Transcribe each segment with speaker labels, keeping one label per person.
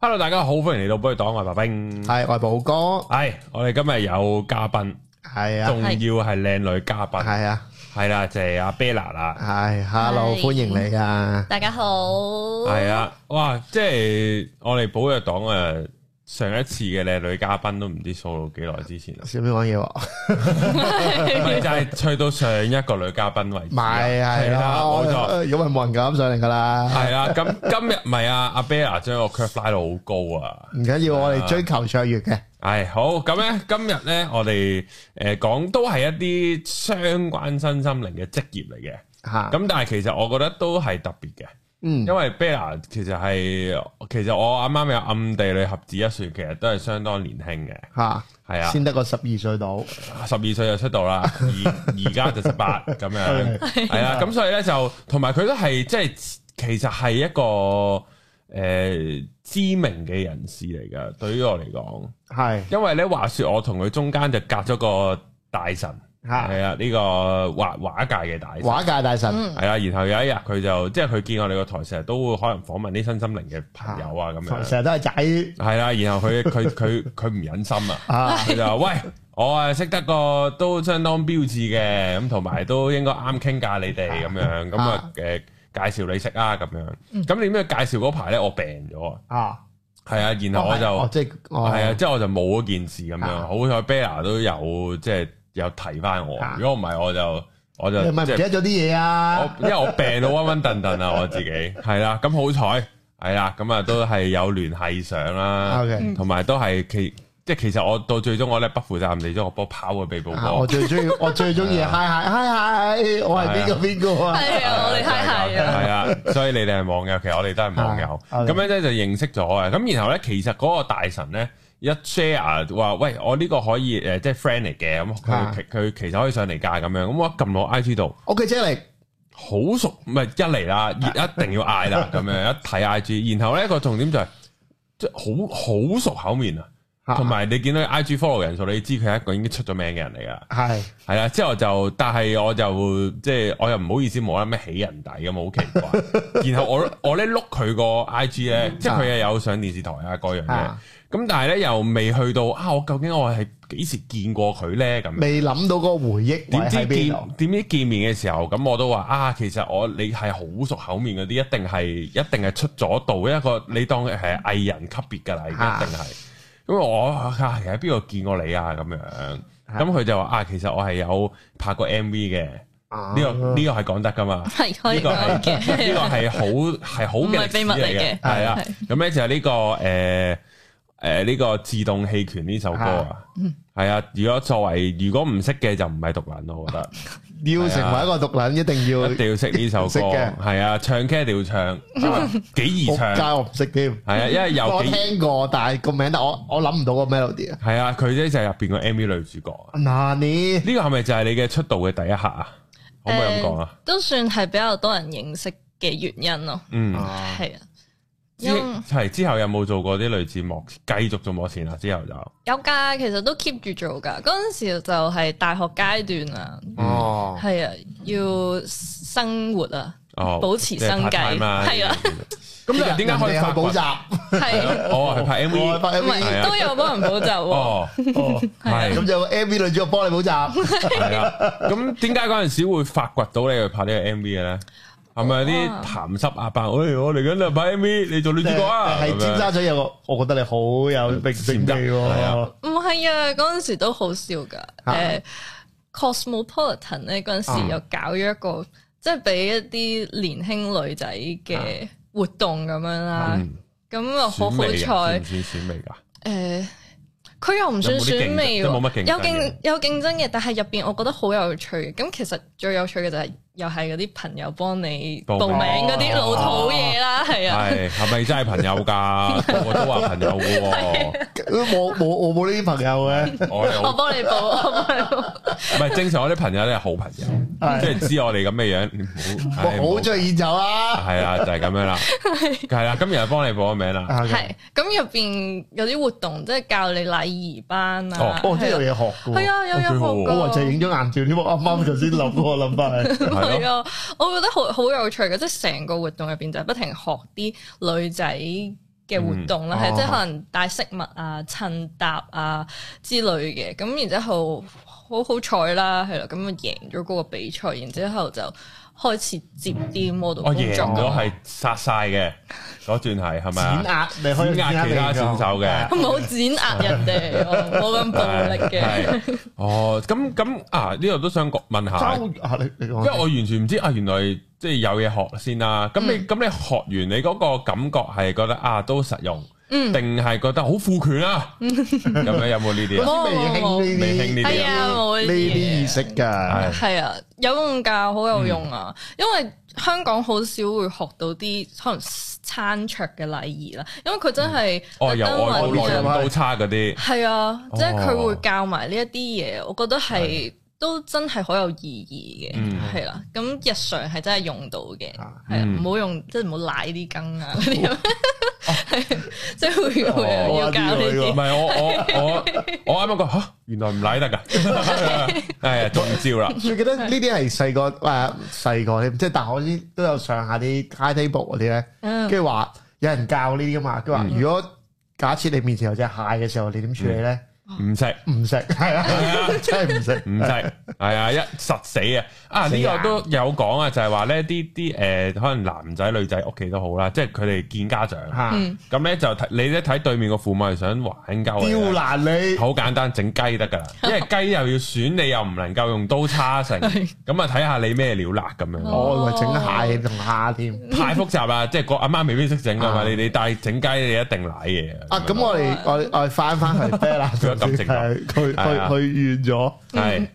Speaker 1: Hello，大家好，歡迎嚟到《寶藥黨》，我係白冰。
Speaker 2: 係外寶哥，
Speaker 1: 係，我哋今日有嘉賓，
Speaker 2: 係啊，
Speaker 1: 仲要係靚女嘉賓，
Speaker 2: 係啊，
Speaker 1: 係啦，就係阿 Bella 啦，
Speaker 2: 係，hello，
Speaker 3: 係
Speaker 2: 歡迎你啊，，
Speaker 3: 大家好，
Speaker 1: 係啊，哇，即係我哋《寶藥黨》啊，上一次嘅靚女嘉賓都唔知數到幾耐之前啦
Speaker 2: 少唔少講嘢喎？
Speaker 1: 咪就係去到上一個女嘉賓為止啊，
Speaker 2: 咪係
Speaker 1: 啦，冇錯。
Speaker 2: 咯，如果咪冇人敢上嚟噶啦，
Speaker 1: 係啦，咁今日唔係啊，阿 Bella 將個 curve 拉到好高啊！
Speaker 2: 唔緊要，我哋追求卓越嘅，
Speaker 1: 唉，好咁咧，今日咧我哋誒講都係一啲相關身心靈嘅職業嚟嘅，
Speaker 2: 吓，
Speaker 1: 咁但係其實我覺得都係特別嘅，
Speaker 2: 啊嗯
Speaker 1: 因為 Bella 其實係其實我啱啱有暗地裏合指一算，其實都係相當年輕嘅，
Speaker 2: 吓，
Speaker 1: 係啊，
Speaker 2: 先得個十二歲到，
Speaker 1: 十二歲就出道啦，而而家就十 八咁樣，係啦，咁所以咧就同埋佢都係即係其實係一個誒、呃知名嘅人士嚟㗎，對於我嚟講。
Speaker 2: 係
Speaker 1: 因為咧，話說我同佢中間就隔咗個大神，
Speaker 2: 吓，
Speaker 1: 係啊，呢個畫畫界嘅大神，
Speaker 2: 畫界大神，
Speaker 3: 嗯，
Speaker 1: 係啊。然後有一日佢就即係佢見我哋個台，成日都會可能訪問啲身心靈嘅朋友啊咁樣，
Speaker 2: 成日都係仔
Speaker 1: 係啦。然後佢佢佢佢唔忍心啊，
Speaker 2: 啊，
Speaker 1: 佢就 話：喂，我啊識得個都相當標誌嘅，咁同埋都應該啱傾㗎你哋咁樣，咁啊
Speaker 2: 啊嗯
Speaker 1: 誒介紹你識啊咁樣。咁你咩介紹嗰排咧？我病咗啊，
Speaker 2: 啊，
Speaker 1: 係啊。然後我就
Speaker 2: 哦。即係，
Speaker 1: 係啊，
Speaker 2: 哦，
Speaker 1: 即係我就冇嗰件事咁樣，
Speaker 2: 啊
Speaker 1: 好彩 Bella 都有即係有提翻我
Speaker 2: 啊，
Speaker 1: 如果唔係我就我就
Speaker 2: 你係咪唔
Speaker 1: 即
Speaker 2: 記
Speaker 1: 係
Speaker 2: 得咗啲嘢啊
Speaker 1: 我，，因為我病到瘟瘟頓頓啊，我 自己係啦，咁好彩係啦，咁啊都係有聯繫上啦，
Speaker 2: ，OK，
Speaker 1: 同埋都係其即係其實我到最終我咧不負責任地將個波拋咗俾寶
Speaker 2: 啊我
Speaker 1: 哥。
Speaker 2: 最中 意，我最中意係嗨嗨嗨嗨，我係邊個邊個啊，
Speaker 3: 係啊，我哋係係啊，
Speaker 1: 係啊，所以你哋係網友，其實我哋都係網友，
Speaker 2: 啊
Speaker 1: 咁樣咧就認識咗啊。咁然後咧，其實嗰個大神咧一 share 話，喂，我呢個可以誒，即係 friend 嚟嘅，咁
Speaker 2: 啊
Speaker 1: 佢佢其實可以上嚟㗎咁樣。咁我一撳落 I G 度，
Speaker 2: ，OK，即係
Speaker 1: 好熟，唔係一嚟啦，一定要嗌啦，咁樣一睇 I G，然後咧個重點就係即係好好熟口面啊，
Speaker 2: 嚟，
Speaker 1: 同埋你見到 I G follow 人數，你知佢係一個已經出咗名嘅人嚟㗎。
Speaker 2: 係。
Speaker 1: 係啦，之後就，但係我就即係我又唔好意思冇啦咩起人底咁，好奇怪。然後我我咧碌佢個 I G 咧，即係佢又有上電視台啊嗰樣嘢。
Speaker 2: 啊
Speaker 1: 咁但係咧又未去到啊，我究竟我係幾時見過佢咧？咁
Speaker 2: 未諗到個回憶位
Speaker 1: 點
Speaker 2: 喺
Speaker 1: 知
Speaker 2: 邊
Speaker 1: 見
Speaker 2: 度？
Speaker 1: 點知見面嘅時候，咁我都話啊，其實我你係好熟口面嗰啲，一定係一定係出咗道一個，你當佢係藝人級別㗎啦，已經
Speaker 2: 啊
Speaker 1: 一定係。咁我啊，其實喺邊度見過你啊？咁樣，咁佢就話啊，其實我係有拍過 MV 嘅，呢、
Speaker 2: 呢
Speaker 1: 個呢、個係講得噶嘛？呢
Speaker 3: 係可以
Speaker 1: 個
Speaker 3: 講
Speaker 1: 係呢個
Speaker 3: 嘅，
Speaker 1: 係好係好
Speaker 3: 唔
Speaker 1: 嘅
Speaker 3: 係秘密
Speaker 1: 歷史
Speaker 3: 嚟嘅
Speaker 1: 係啦
Speaker 3: 係。
Speaker 1: 咁咧就係呢、個誒誒呢個自動棄權呢首歌啊，係啊。如果作為如果唔識嘅就唔係獨撚咯，我覺得。
Speaker 2: 要成為一個獨撚，一定要
Speaker 1: 啊一定要識呢首
Speaker 2: 嗯識
Speaker 1: 歌，
Speaker 2: 嘅
Speaker 1: 係啊，唱 K 一定要唱，幾易唱，
Speaker 2: 仆街，
Speaker 1: 係
Speaker 2: 我唔識添。
Speaker 1: 啊，因為有
Speaker 2: 我
Speaker 1: 幾
Speaker 2: 聽過，但係個名，但我我諗唔到個 melody 啊。
Speaker 1: 係啊，佢咧就係入邊個 MV 女主角啊，
Speaker 2: 嗱你
Speaker 1: 呢個係咪就係你嘅出道嘅第一刻啊？可唔可以咁講啊？
Speaker 3: 都算係比較多人認識嘅原因咯，
Speaker 1: 嗯，
Speaker 3: 係啊，
Speaker 1: 之
Speaker 3: 因
Speaker 1: 係之後有冇做過啲類似幕，繼續做幕前啊？之後就
Speaker 3: 有㗎，其實都 keep 住做㗎。嗰陣時就係大學階段啊，
Speaker 1: 嗯
Speaker 2: 哦，
Speaker 3: 係啊，要生活啊，
Speaker 1: 哦，
Speaker 3: 保持生計
Speaker 1: 嘛，
Speaker 3: 係啊，
Speaker 1: 咁你點解可以
Speaker 2: 人哋
Speaker 1: 發
Speaker 2: 去補
Speaker 1: 掘？
Speaker 2: 習？
Speaker 3: 係啊
Speaker 1: 哦，係拍
Speaker 2: 我
Speaker 1: MV，
Speaker 2: 發
Speaker 3: 唔
Speaker 2: MV，
Speaker 1: 係啊
Speaker 3: 係都有幫人補習喎？
Speaker 1: 哦，
Speaker 2: 咁
Speaker 3: 啊
Speaker 1: 係
Speaker 2: 就 MV 女主角幫你補 習。
Speaker 1: 係啊。咁點解嗰陣時會發掘到你去拍呢個 MV 嘅咧？係咪有啲
Speaker 3: 哇
Speaker 1: 鹹濕阿伯？誒，我嚟緊就拍 MV，你做女主角啊？咁
Speaker 2: 係
Speaker 1: 樣
Speaker 2: 尖沙咀有個，我覺得你好有明星地
Speaker 1: 係啊
Speaker 2: 喎。
Speaker 3: 唔係啊，嗰陣時都好笑㗎。
Speaker 2: 嚇
Speaker 3: 誒，Cosmopolitan 咧嗰陣
Speaker 1: 啊
Speaker 3: 時又搞咗一個，即係俾一啲年輕女仔嘅活動咁樣啦。
Speaker 1: 啊嗯
Speaker 3: 咁啊，好
Speaker 1: 選
Speaker 3: 好
Speaker 1: 美㗎算
Speaker 3: 彩
Speaker 1: 唔算選美啊噶？
Speaker 3: 誒，佢又唔算
Speaker 1: 有冇啲競爭
Speaker 3: 選美
Speaker 1: 即係
Speaker 3: 喎，
Speaker 1: 冇乜競爭
Speaker 3: 有競有競爭嘅，但係入邊我覺得好有趣。咁其實最有趣嘅就係又係嗰啲朋友幫你
Speaker 1: 報
Speaker 3: 報
Speaker 1: 名哦
Speaker 3: 名嗰啲老土嘢啦，係啊，
Speaker 1: 係係咪真係朋友噶？ 個個都話朋友嘅喎，
Speaker 2: 都冇冇我冇呢啲朋友嘅，
Speaker 1: 我哋
Speaker 3: 我
Speaker 1: 好
Speaker 3: 幫你報，我幫你報。
Speaker 1: 唔係正常，我啲朋友咧係好朋友，
Speaker 2: 係
Speaker 1: 即係知我哋咁嘅樣，唔好
Speaker 2: 我好中意演奏啊。
Speaker 1: 係啦，就係咁樣啦，係啦，今日幫你報咗名啦，
Speaker 3: 係，咁入邊有啲活動，即係教你禮儀班
Speaker 1: 哦
Speaker 3: 啊，
Speaker 2: 哦，真係有
Speaker 3: 係啊
Speaker 2: 嘢學嘅
Speaker 3: 係
Speaker 2: 喎。
Speaker 3: 啊，有
Speaker 1: 哦
Speaker 3: 有
Speaker 1: 幾
Speaker 3: 學
Speaker 1: 好喎
Speaker 2: 我
Speaker 3: 過
Speaker 2: 話就係影咗眼照添喎，啱啱頭先諗嗰個諗法 係。
Speaker 1: 係
Speaker 3: 係
Speaker 1: 咯，
Speaker 3: 啊，我覺得好好有趣嘅，即係成個活動入邊就係不停學啲女仔嘅活動啦，
Speaker 2: 嗯
Speaker 3: 係
Speaker 2: 哦
Speaker 3: 即係可能帶飾物啊、襯搭啊之類嘅，咁 然之後好好彩啦，係啦，咁啊贏咗嗰個比賽，然之後就開始接啲 model
Speaker 1: 我
Speaker 3: 工
Speaker 1: 贏
Speaker 3: 作
Speaker 1: 咗
Speaker 3: 㗎
Speaker 1: 係殺晒嘅，嗰段係係咪
Speaker 2: 碾
Speaker 1: 啊？
Speaker 2: 壓你可以
Speaker 1: 碾壓其他選手嘅
Speaker 2: 係
Speaker 3: 唔好剪壓人哋，我冇咁暴力嘅。
Speaker 1: 係哦，咁咁啊，呢度都想講問下，因
Speaker 2: 周啊，你你
Speaker 1: 為我
Speaker 2: 講
Speaker 1: 完全唔知啊，原來即係有嘢學先啦。咁你咁你學完，你嗰個感覺係覺得啊都實用，
Speaker 3: 嗯
Speaker 1: 定係覺得好賦權啊？咁樣有冇呢啲 啊？
Speaker 2: 嗰啲未興呢啲，
Speaker 1: 未興呢啲
Speaker 3: 係啊冇呢啲
Speaker 2: 呢啲意識㗎。
Speaker 1: 係嗯
Speaker 3: 係啊，有用㗎，好有用啊！因為香港好少會學到啲可能餐桌嘅禮儀啦，因為佢真係
Speaker 1: 哦，由
Speaker 3: 特
Speaker 1: 外
Speaker 3: 登
Speaker 1: 冇
Speaker 3: 揾
Speaker 1: 內
Speaker 2: 人
Speaker 1: 容都差嗰啲，
Speaker 3: 係啊，即係佢
Speaker 1: 哦
Speaker 3: 會教埋呢一啲嘢，我覺得係都真係好有意義
Speaker 1: 嗯
Speaker 3: 嘅，係啦。咁日常係真係用到嘅，係
Speaker 2: 啊
Speaker 3: 啊，唔好用即係唔好賴啲羹啊嗰啲咁， 即係會
Speaker 1: 哦
Speaker 3: 要教呢
Speaker 1: 唔
Speaker 3: 啲。
Speaker 1: 係我我我我啱啱講吓，原來唔賴得㗎，係啊，中招啦。
Speaker 2: 最記得呢啲係細個誒細個添，即係大學啲都有上下啲 high table 嗰啲咧，
Speaker 3: 嗯
Speaker 2: 跟住話有人教呢啲噶嘛，佢話如果假設你面前有隻蟹嘅時候，你點處理咧？
Speaker 1: 唔食
Speaker 2: 唔食係啊，真係唔食，
Speaker 1: 唔食，係啊，一實死啊！啊呢個都有講啊，就係話咧啲啲誒，可能男仔女仔屋企都好啦，即係佢哋見家長，
Speaker 2: 嚇，
Speaker 3: 嗯
Speaker 1: 咁咧就睇你咧睇對面個父母係想玩鳩你
Speaker 2: 刁
Speaker 1: 嘅，
Speaker 2: 難你
Speaker 1: 好簡單，整雞得噶啦，因為雞又要選，你又唔能夠用刀叉成，咁啊睇下你咩料啦咁樣咯。
Speaker 2: 我以為整蟹同蝦添。
Speaker 1: 太複雜啦，即係個阿媽未必識整啊嘛，
Speaker 2: 啊
Speaker 1: 你你但係整雞你一定舐嘢
Speaker 2: 啊，咁我哋我我哋翻 翻去 Bella
Speaker 1: 佢有感情啦
Speaker 2: 係佢佢
Speaker 1: 係啊
Speaker 2: 佢遠咗，
Speaker 1: 係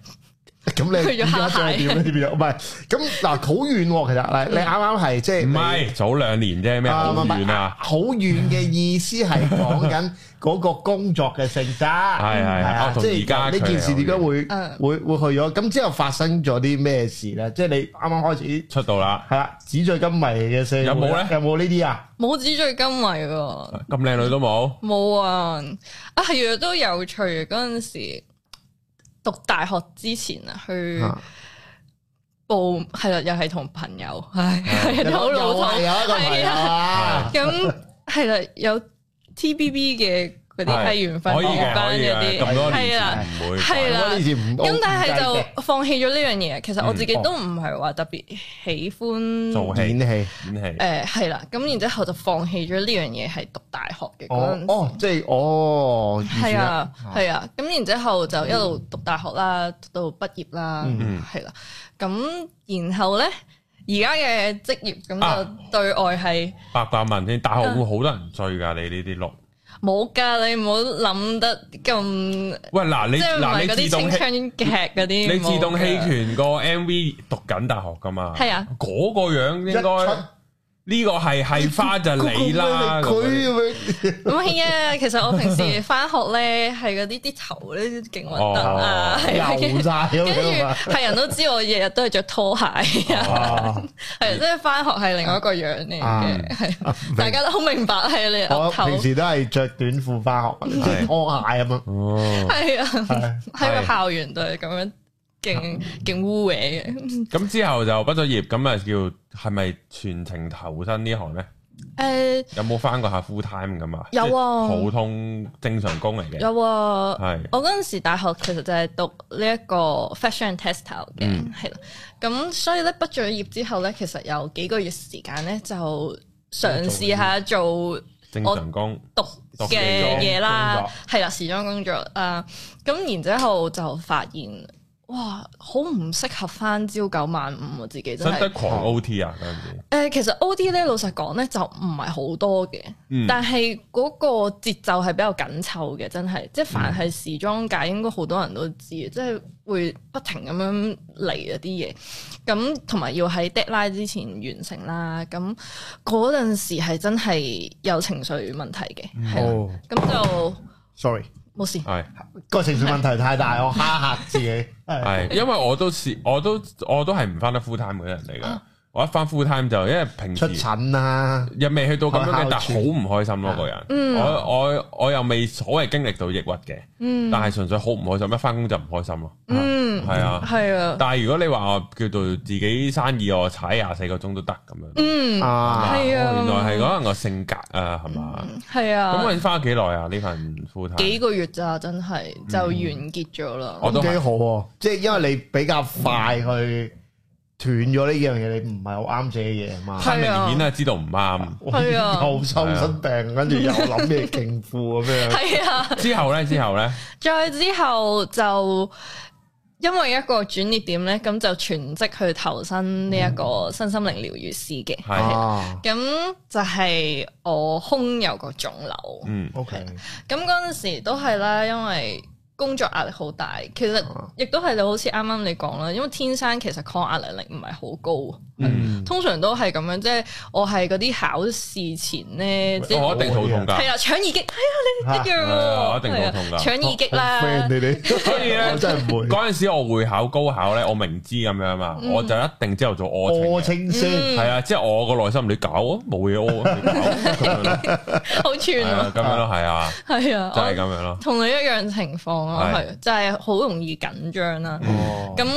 Speaker 2: 咁你
Speaker 3: 去咗蝦蟹
Speaker 2: 而家點咧？點樣？唔係咁嗱，好遠喎，其實嗱，你啱啱係即係
Speaker 1: 唔
Speaker 2: 你
Speaker 1: 係早兩年啫咩
Speaker 2: 啊
Speaker 1: 好
Speaker 2: 唔係唔
Speaker 1: 遠
Speaker 2: 係
Speaker 1: 啊，
Speaker 2: 好遠嘅意思係講 緊嗰個工作嘅性質，係
Speaker 1: 係係
Speaker 2: 啊
Speaker 1: 啊，同
Speaker 2: 即
Speaker 1: 而家
Speaker 2: 係呢件事點解會
Speaker 3: 嗯
Speaker 2: 會會去咗？咁之後發生咗啲咩事咧？即係你啱啱開始
Speaker 1: 出到啦，
Speaker 2: 係啦，紙醉金迷嘅社會
Speaker 1: 有冇呢
Speaker 2: 有冇呢啲啊？
Speaker 3: 冇紙醉金迷喎。
Speaker 1: 咁靚女都冇，
Speaker 3: 冇啊！啊，係啊，都有趣嘅。嗰陣時讀大學之前啊，去
Speaker 2: 啊
Speaker 3: 報係啦，又係同朋友，唉，係好老
Speaker 2: 有
Speaker 3: 土，
Speaker 2: 啊有一個朋友啊，
Speaker 3: 咁係啦，有 TBB 嘅嗰啲
Speaker 1: 係
Speaker 3: 係緣分
Speaker 1: 可以
Speaker 3: 二
Speaker 1: 嘅，可
Speaker 3: 班
Speaker 1: 以
Speaker 3: 嗰
Speaker 1: 嘅，
Speaker 3: 啲，
Speaker 1: 咁多
Speaker 3: 係啦
Speaker 1: 年。前唔會
Speaker 3: 係啦
Speaker 2: 我呢次唔
Speaker 3: 咁但係
Speaker 2: 唔計
Speaker 3: 就放棄咗呢樣嘢，其實我自己
Speaker 2: 嗯哦
Speaker 3: 都唔係話特別喜歡
Speaker 1: 做
Speaker 2: 嘅演戲
Speaker 1: 演戲，
Speaker 3: 誒係啦，咁然之後就放棄咗呢樣嘢，係讀大學嘅嗰
Speaker 2: 哦
Speaker 3: 陣時
Speaker 2: 哦，即係哦，完全
Speaker 3: 係啊，係啊，咁然之後就一路讀大學啦，讀到畢業啦
Speaker 1: 嗯，
Speaker 3: 係啦，咁然後咧，而家嘅職業咁
Speaker 1: 啊
Speaker 3: 就對外係
Speaker 1: 八卦問先，大學會好多人追㗎，你呢啲錄。
Speaker 3: 冇㗎，你唔好諗得咁，
Speaker 1: 喂嗱，你
Speaker 3: 即係唔
Speaker 1: 嗱
Speaker 3: 係
Speaker 1: 你
Speaker 3: 嗰
Speaker 1: 自
Speaker 3: 啲
Speaker 1: 動棄
Speaker 3: 青春劇嗰 啲，
Speaker 1: 你自動
Speaker 3: 冇㗎
Speaker 1: 棄權個 MV 讀緊大學㗎嘛？
Speaker 3: 係啊，
Speaker 1: 嗰個樣應
Speaker 2: 一出
Speaker 1: 該呢個係係花就你啦，
Speaker 2: 佢
Speaker 1: 咁
Speaker 2: 佢
Speaker 3: 唔係啊，其實我平 時翻學咧係嗰啲啲頭咧勁核突
Speaker 1: 哦
Speaker 3: 啊，係啊，
Speaker 2: 油晒咁
Speaker 3: 跟
Speaker 2: 樣啊
Speaker 3: 住係人都知我日日都係着拖鞋啊。
Speaker 1: 哦
Speaker 2: 嘛。
Speaker 3: 係，即係翻學係另外一個樣嚟
Speaker 1: 啊
Speaker 3: 嘅，係大家都好明白係你
Speaker 2: 我
Speaker 3: 額頭，
Speaker 2: 啊平時都係着短褲翻學，即係拖鞋咁樣。
Speaker 1: 哦
Speaker 3: 係啊，
Speaker 2: 係
Speaker 3: 喺個校園度係咁樣勁勁污衊嘅。
Speaker 1: 咁之後就畢咗業，咁啊叫係咪全程投身呢行咧？
Speaker 3: 誒
Speaker 1: 有冇翻過下 full time 咁啊？
Speaker 3: 有啊
Speaker 1: 即係普通正常工嚟嘅，
Speaker 3: 有啊，
Speaker 1: 係
Speaker 3: 我嗰陣時大學其實就係讀呢一個 fashion textile 嘅，係啦、咁所以咧畢咗業之後咧，其實有幾個月時間咧就嘗試下做
Speaker 1: 正常工。
Speaker 3: 讀
Speaker 1: 讀
Speaker 3: 嘅嘢啦，係啦，時裝工作啊，咁然之後就發現，哇，好唔適合翻朝九晚五啊，自己
Speaker 1: 使
Speaker 3: 真
Speaker 1: 唔
Speaker 3: 係
Speaker 1: 使。狂 O T 啊？嗰陣時
Speaker 3: 誒、呃其實 O D 咧，老實講咧就唔係好多嘅，
Speaker 1: 嗯
Speaker 3: 但係嗰個節奏係比較緊湊嘅，真係，即係凡係時裝界應該好多人都知，即係會不停咁樣嚟一啲嘢，咁同埋要喺 deadline 之前完成啦，咁嗰陣時係真係有情緒問題嘅，
Speaker 1: 嗯
Speaker 3: 係啦、
Speaker 2: 哦
Speaker 3: 咁就
Speaker 2: ，sorry，
Speaker 3: 冇事。
Speaker 1: 係
Speaker 2: 個情緒問題太大，我蝦嚇自己。係
Speaker 3: 啊
Speaker 1: 係，因為我都試，我都我都係唔翻得 full time 嗰啲人嚟噶。我一翻 full time 就因為平
Speaker 2: 出
Speaker 1: 時
Speaker 2: 診啊，
Speaker 1: 又未去到咁樣
Speaker 2: 開
Speaker 1: 嘅
Speaker 2: 烤，
Speaker 1: 但係好唔開心咯個人。
Speaker 3: 嗯
Speaker 1: 我我我又未所謂經歷到抑鬱嘅，
Speaker 3: 嗯，
Speaker 1: 但係純粹好唔開心，一翻工就唔開心咯。
Speaker 3: 嗯
Speaker 1: 係啊
Speaker 3: 係啊，
Speaker 1: 但係如果你話我叫做自己生意，我踩廿四個鐘都得咁樣。
Speaker 3: 嗯
Speaker 2: 啊
Speaker 1: 哦
Speaker 3: 係啊嗯
Speaker 1: 原來係可能個性格啊，係嘛？
Speaker 3: 係
Speaker 1: 咁
Speaker 3: 啊，
Speaker 1: 你翻咗幾耐啊？呢份 full time
Speaker 3: 幾個月咋真係就完結咗啦。
Speaker 1: 嗯我都
Speaker 2: 咁
Speaker 1: 係
Speaker 2: 幾好喎。即係因為你比較快去斷咗呢樣嘢，你唔係好啱自己嘅嘢嘛。
Speaker 3: 係
Speaker 1: 太明顯啊啦，知道唔啱。
Speaker 3: 係啊
Speaker 2: 又瘦身病，跟住又諗嘢勁富咁樣。
Speaker 3: 係啊。
Speaker 1: 之後咧，之後咧，
Speaker 3: 再之後就因為一個轉捩點咧，咁就全職去投身呢一個身心靈療愈師嘅。
Speaker 1: 嗯係
Speaker 2: 啊
Speaker 3: 咁就係我胸有個腫瘤，
Speaker 1: 嗯
Speaker 2: ，OK，
Speaker 3: 咁嗰陣時都係啦，因為工作壓力好大，其實
Speaker 1: 啊
Speaker 3: 亦都係你好似啱啱你講啦，因為天生其實抗壓能力唔係好高，
Speaker 1: 嗯，
Speaker 3: 通常都係咁樣，即係我係嗰啲考試前咧，即係
Speaker 1: 我一定肚痛
Speaker 3: 係
Speaker 1: 㗎，
Speaker 2: 嗯
Speaker 3: 啦，搶耳擊，係啊，
Speaker 2: 嚇
Speaker 3: 你一樣
Speaker 1: 係啊我一
Speaker 3: 喎，
Speaker 1: 定肚
Speaker 3: 係啊
Speaker 1: 痛㗎啊
Speaker 3: 搶耳擊
Speaker 2: 好
Speaker 3: 啦，
Speaker 2: friend 你哋，
Speaker 1: 所以
Speaker 2: 我
Speaker 1: 咧。
Speaker 2: 真係唔會
Speaker 1: 嗰陣時我會考高考咧，我明知咁樣嘛，
Speaker 3: 嗯
Speaker 1: 我就一定之後做卧
Speaker 2: 過
Speaker 1: 情嘅，
Speaker 2: 清先。
Speaker 1: 係啊，即係我個內心你搞啊，冇嘢 屙啊，你搞啊咁樣咯，
Speaker 3: 好串
Speaker 1: 係啊
Speaker 3: 啊，
Speaker 1: 咁樣咯，係啊，
Speaker 3: 係啊，
Speaker 1: 就係咁樣咯
Speaker 3: 我，同你一樣情況咯，
Speaker 1: 係
Speaker 3: 係就係好容易緊張啦。
Speaker 2: 哦，
Speaker 3: 嗯咁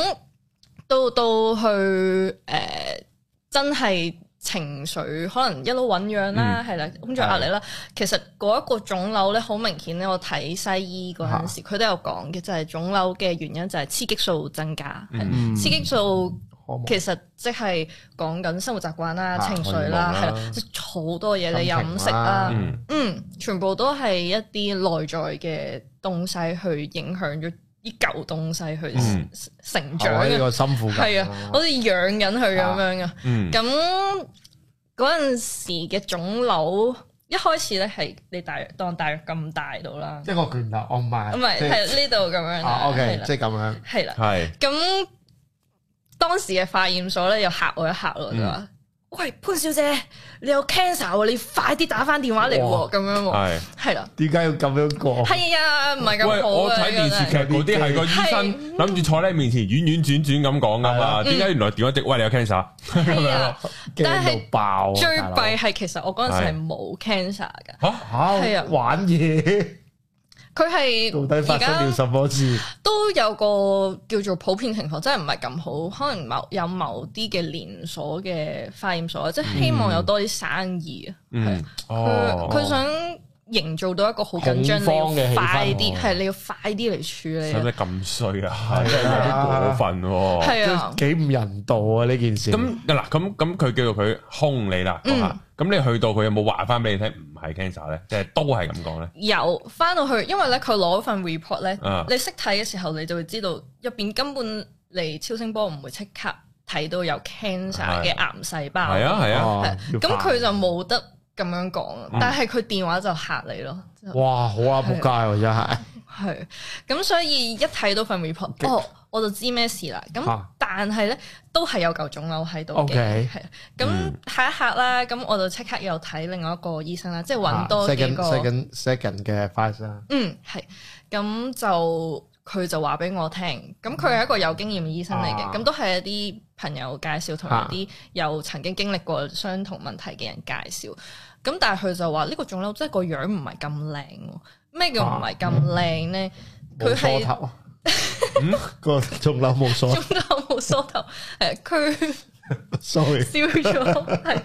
Speaker 3: 到到去誒、呃真係情緒可能一路醖釀啦，
Speaker 1: 嗯
Speaker 3: 係啦、工作壓力啦。其實嗰一個腫瘤咧，好明顯咧，我睇西醫嗰陣時，佢都有講嘅，就係腫瘤嘅原因就係雌激素增加。係
Speaker 1: 嗯
Speaker 2: 嗯
Speaker 3: 雌激素
Speaker 2: 好冇
Speaker 3: 其實即係講緊生活習慣啦、
Speaker 2: 啊
Speaker 3: 情緒啦，
Speaker 1: 荷爾
Speaker 3: 係
Speaker 1: 蒙啦
Speaker 3: 啦，即係好多嘢你
Speaker 2: 心情
Speaker 3: 飲食
Speaker 2: 啦
Speaker 3: 啦。
Speaker 1: 嗯
Speaker 3: 嗯，全部都係一啲內在嘅東西去影響咗啲舊東西去
Speaker 1: 嗯
Speaker 3: 成長
Speaker 2: 我啊喺呢
Speaker 3: 嘅，
Speaker 2: 個辛苦
Speaker 3: 係啊，好似養緊佢咁樣嘅。
Speaker 1: 嗯，
Speaker 3: 咁嗰陣時嘅腫瘤，一開始咧係你大約當大約咁大到啦，
Speaker 2: 一個拳頭，我唔係，
Speaker 3: 唔係
Speaker 2: 即
Speaker 3: 係呢度咁樣啦
Speaker 2: 啊
Speaker 3: 係
Speaker 2: ，OK，
Speaker 3: 啦
Speaker 2: 即係咁樣，
Speaker 3: 係啦。
Speaker 1: 係
Speaker 3: 咁當時嘅化驗所咧又嚇我一嚇咯，就
Speaker 2: 嗯
Speaker 3: 話：喂潘小姐，你有 cancer 喎，你快啲打翻電話嚟
Speaker 2: 哇
Speaker 3: 喎，咁樣喎，
Speaker 1: 係。
Speaker 3: 係啦。
Speaker 2: 點解要咁樣過？
Speaker 3: 係啊，唔係
Speaker 1: 喂，
Speaker 3: 哦咁好
Speaker 1: 我
Speaker 3: 啊！
Speaker 1: 睇電視劇
Speaker 3: 真係
Speaker 1: 嗰啲係個醫生諗住坐喺你面前婉婉轉轉咁講噶
Speaker 2: 係
Speaker 1: 嘛，
Speaker 2: 啊
Speaker 1: 點解原來電話直喂你有 cancer？
Speaker 3: 係啊，但係
Speaker 2: 驚到爆啊，
Speaker 3: 最
Speaker 2: 大佬
Speaker 3: 弊係其實我嗰陣時係冇 cancer 噶，
Speaker 1: 嚇
Speaker 2: 嚇
Speaker 3: 係啊
Speaker 2: 玩嘢，
Speaker 3: 佢係
Speaker 2: 到底發
Speaker 3: 而
Speaker 2: 生了
Speaker 3: 家啊
Speaker 2: 什麼事？
Speaker 3: 都有個叫做普遍情況，真係唔係咁好，可能某有某啲嘅連鎖嘅化驗所，即係希望有多啲生意啊。
Speaker 1: 嗯，
Speaker 3: 佢
Speaker 1: 哦，
Speaker 3: 佢想營造到一個好緊張，你
Speaker 2: 恐慌嘅
Speaker 3: 要
Speaker 2: 氣氛
Speaker 3: 快啲，
Speaker 2: 喎
Speaker 3: 係你要快啲嚟處理
Speaker 1: 使唔哦
Speaker 3: 啊。
Speaker 1: 使咁衰啊？
Speaker 2: 係
Speaker 1: 真係有啲過分喎。
Speaker 3: 係啊，
Speaker 2: 幾唔人道啊！呢件事
Speaker 1: 咁嗱，咁咁佢叫做佢兇你啦，
Speaker 3: 嗯
Speaker 1: 嗰下咁你去到佢有冇話翻俾你聽唔係 cancer 咧？即係都係咁講咧。
Speaker 3: 有翻到去，因為咧佢攞份 report 咧，
Speaker 1: 啊
Speaker 3: 你識睇嘅時候，你就會知道入邊根本你超聲波唔會即刻睇到有 cancer
Speaker 1: 係
Speaker 3: 嘅癌細胞。
Speaker 1: 係啊係啊，
Speaker 2: 哦
Speaker 3: 係，
Speaker 2: 要
Speaker 3: 咁
Speaker 2: 煩
Speaker 3: 佢就冇得咁樣講，啊
Speaker 1: 嗯
Speaker 3: 但係佢電話就嚇你咯。
Speaker 2: 哇好啊仆街喎真係
Speaker 3: 係，咁所以一睇到份 report，哦，我就知咩事啦。咁
Speaker 2: 啊
Speaker 3: 但係咧，都係有嚿腫瘤喺度嘅，
Speaker 2: OK
Speaker 3: 係。咁
Speaker 1: 嗯
Speaker 3: 下一刻啦，咁我就即刻又睇另外一個醫生啦，即係揾多幾
Speaker 2: second
Speaker 3: 個。
Speaker 2: second second 嘅 file 啦，
Speaker 3: 嗯，係，咁就佢就話俾我聽，咁佢
Speaker 1: 嗯
Speaker 3: 係一個有經驗嘅醫生嚟嘅，
Speaker 2: 啊
Speaker 3: 咁、都係一啲朋友介紹同
Speaker 2: 啊
Speaker 3: 一啲有曾經經歷過相同問題嘅人介紹，咁但係佢就話呢個腫瘤即係個樣唔係咁靚喎，咩叫
Speaker 1: 啊
Speaker 3: 唔係咁靚咧？
Speaker 2: 冇
Speaker 3: 佢係
Speaker 2: 梳頭， 個仲樓冇
Speaker 1: 哦
Speaker 2: 梳
Speaker 3: 中到冇梳頭，誒佢
Speaker 2: ，sorry，
Speaker 3: 笑咗，係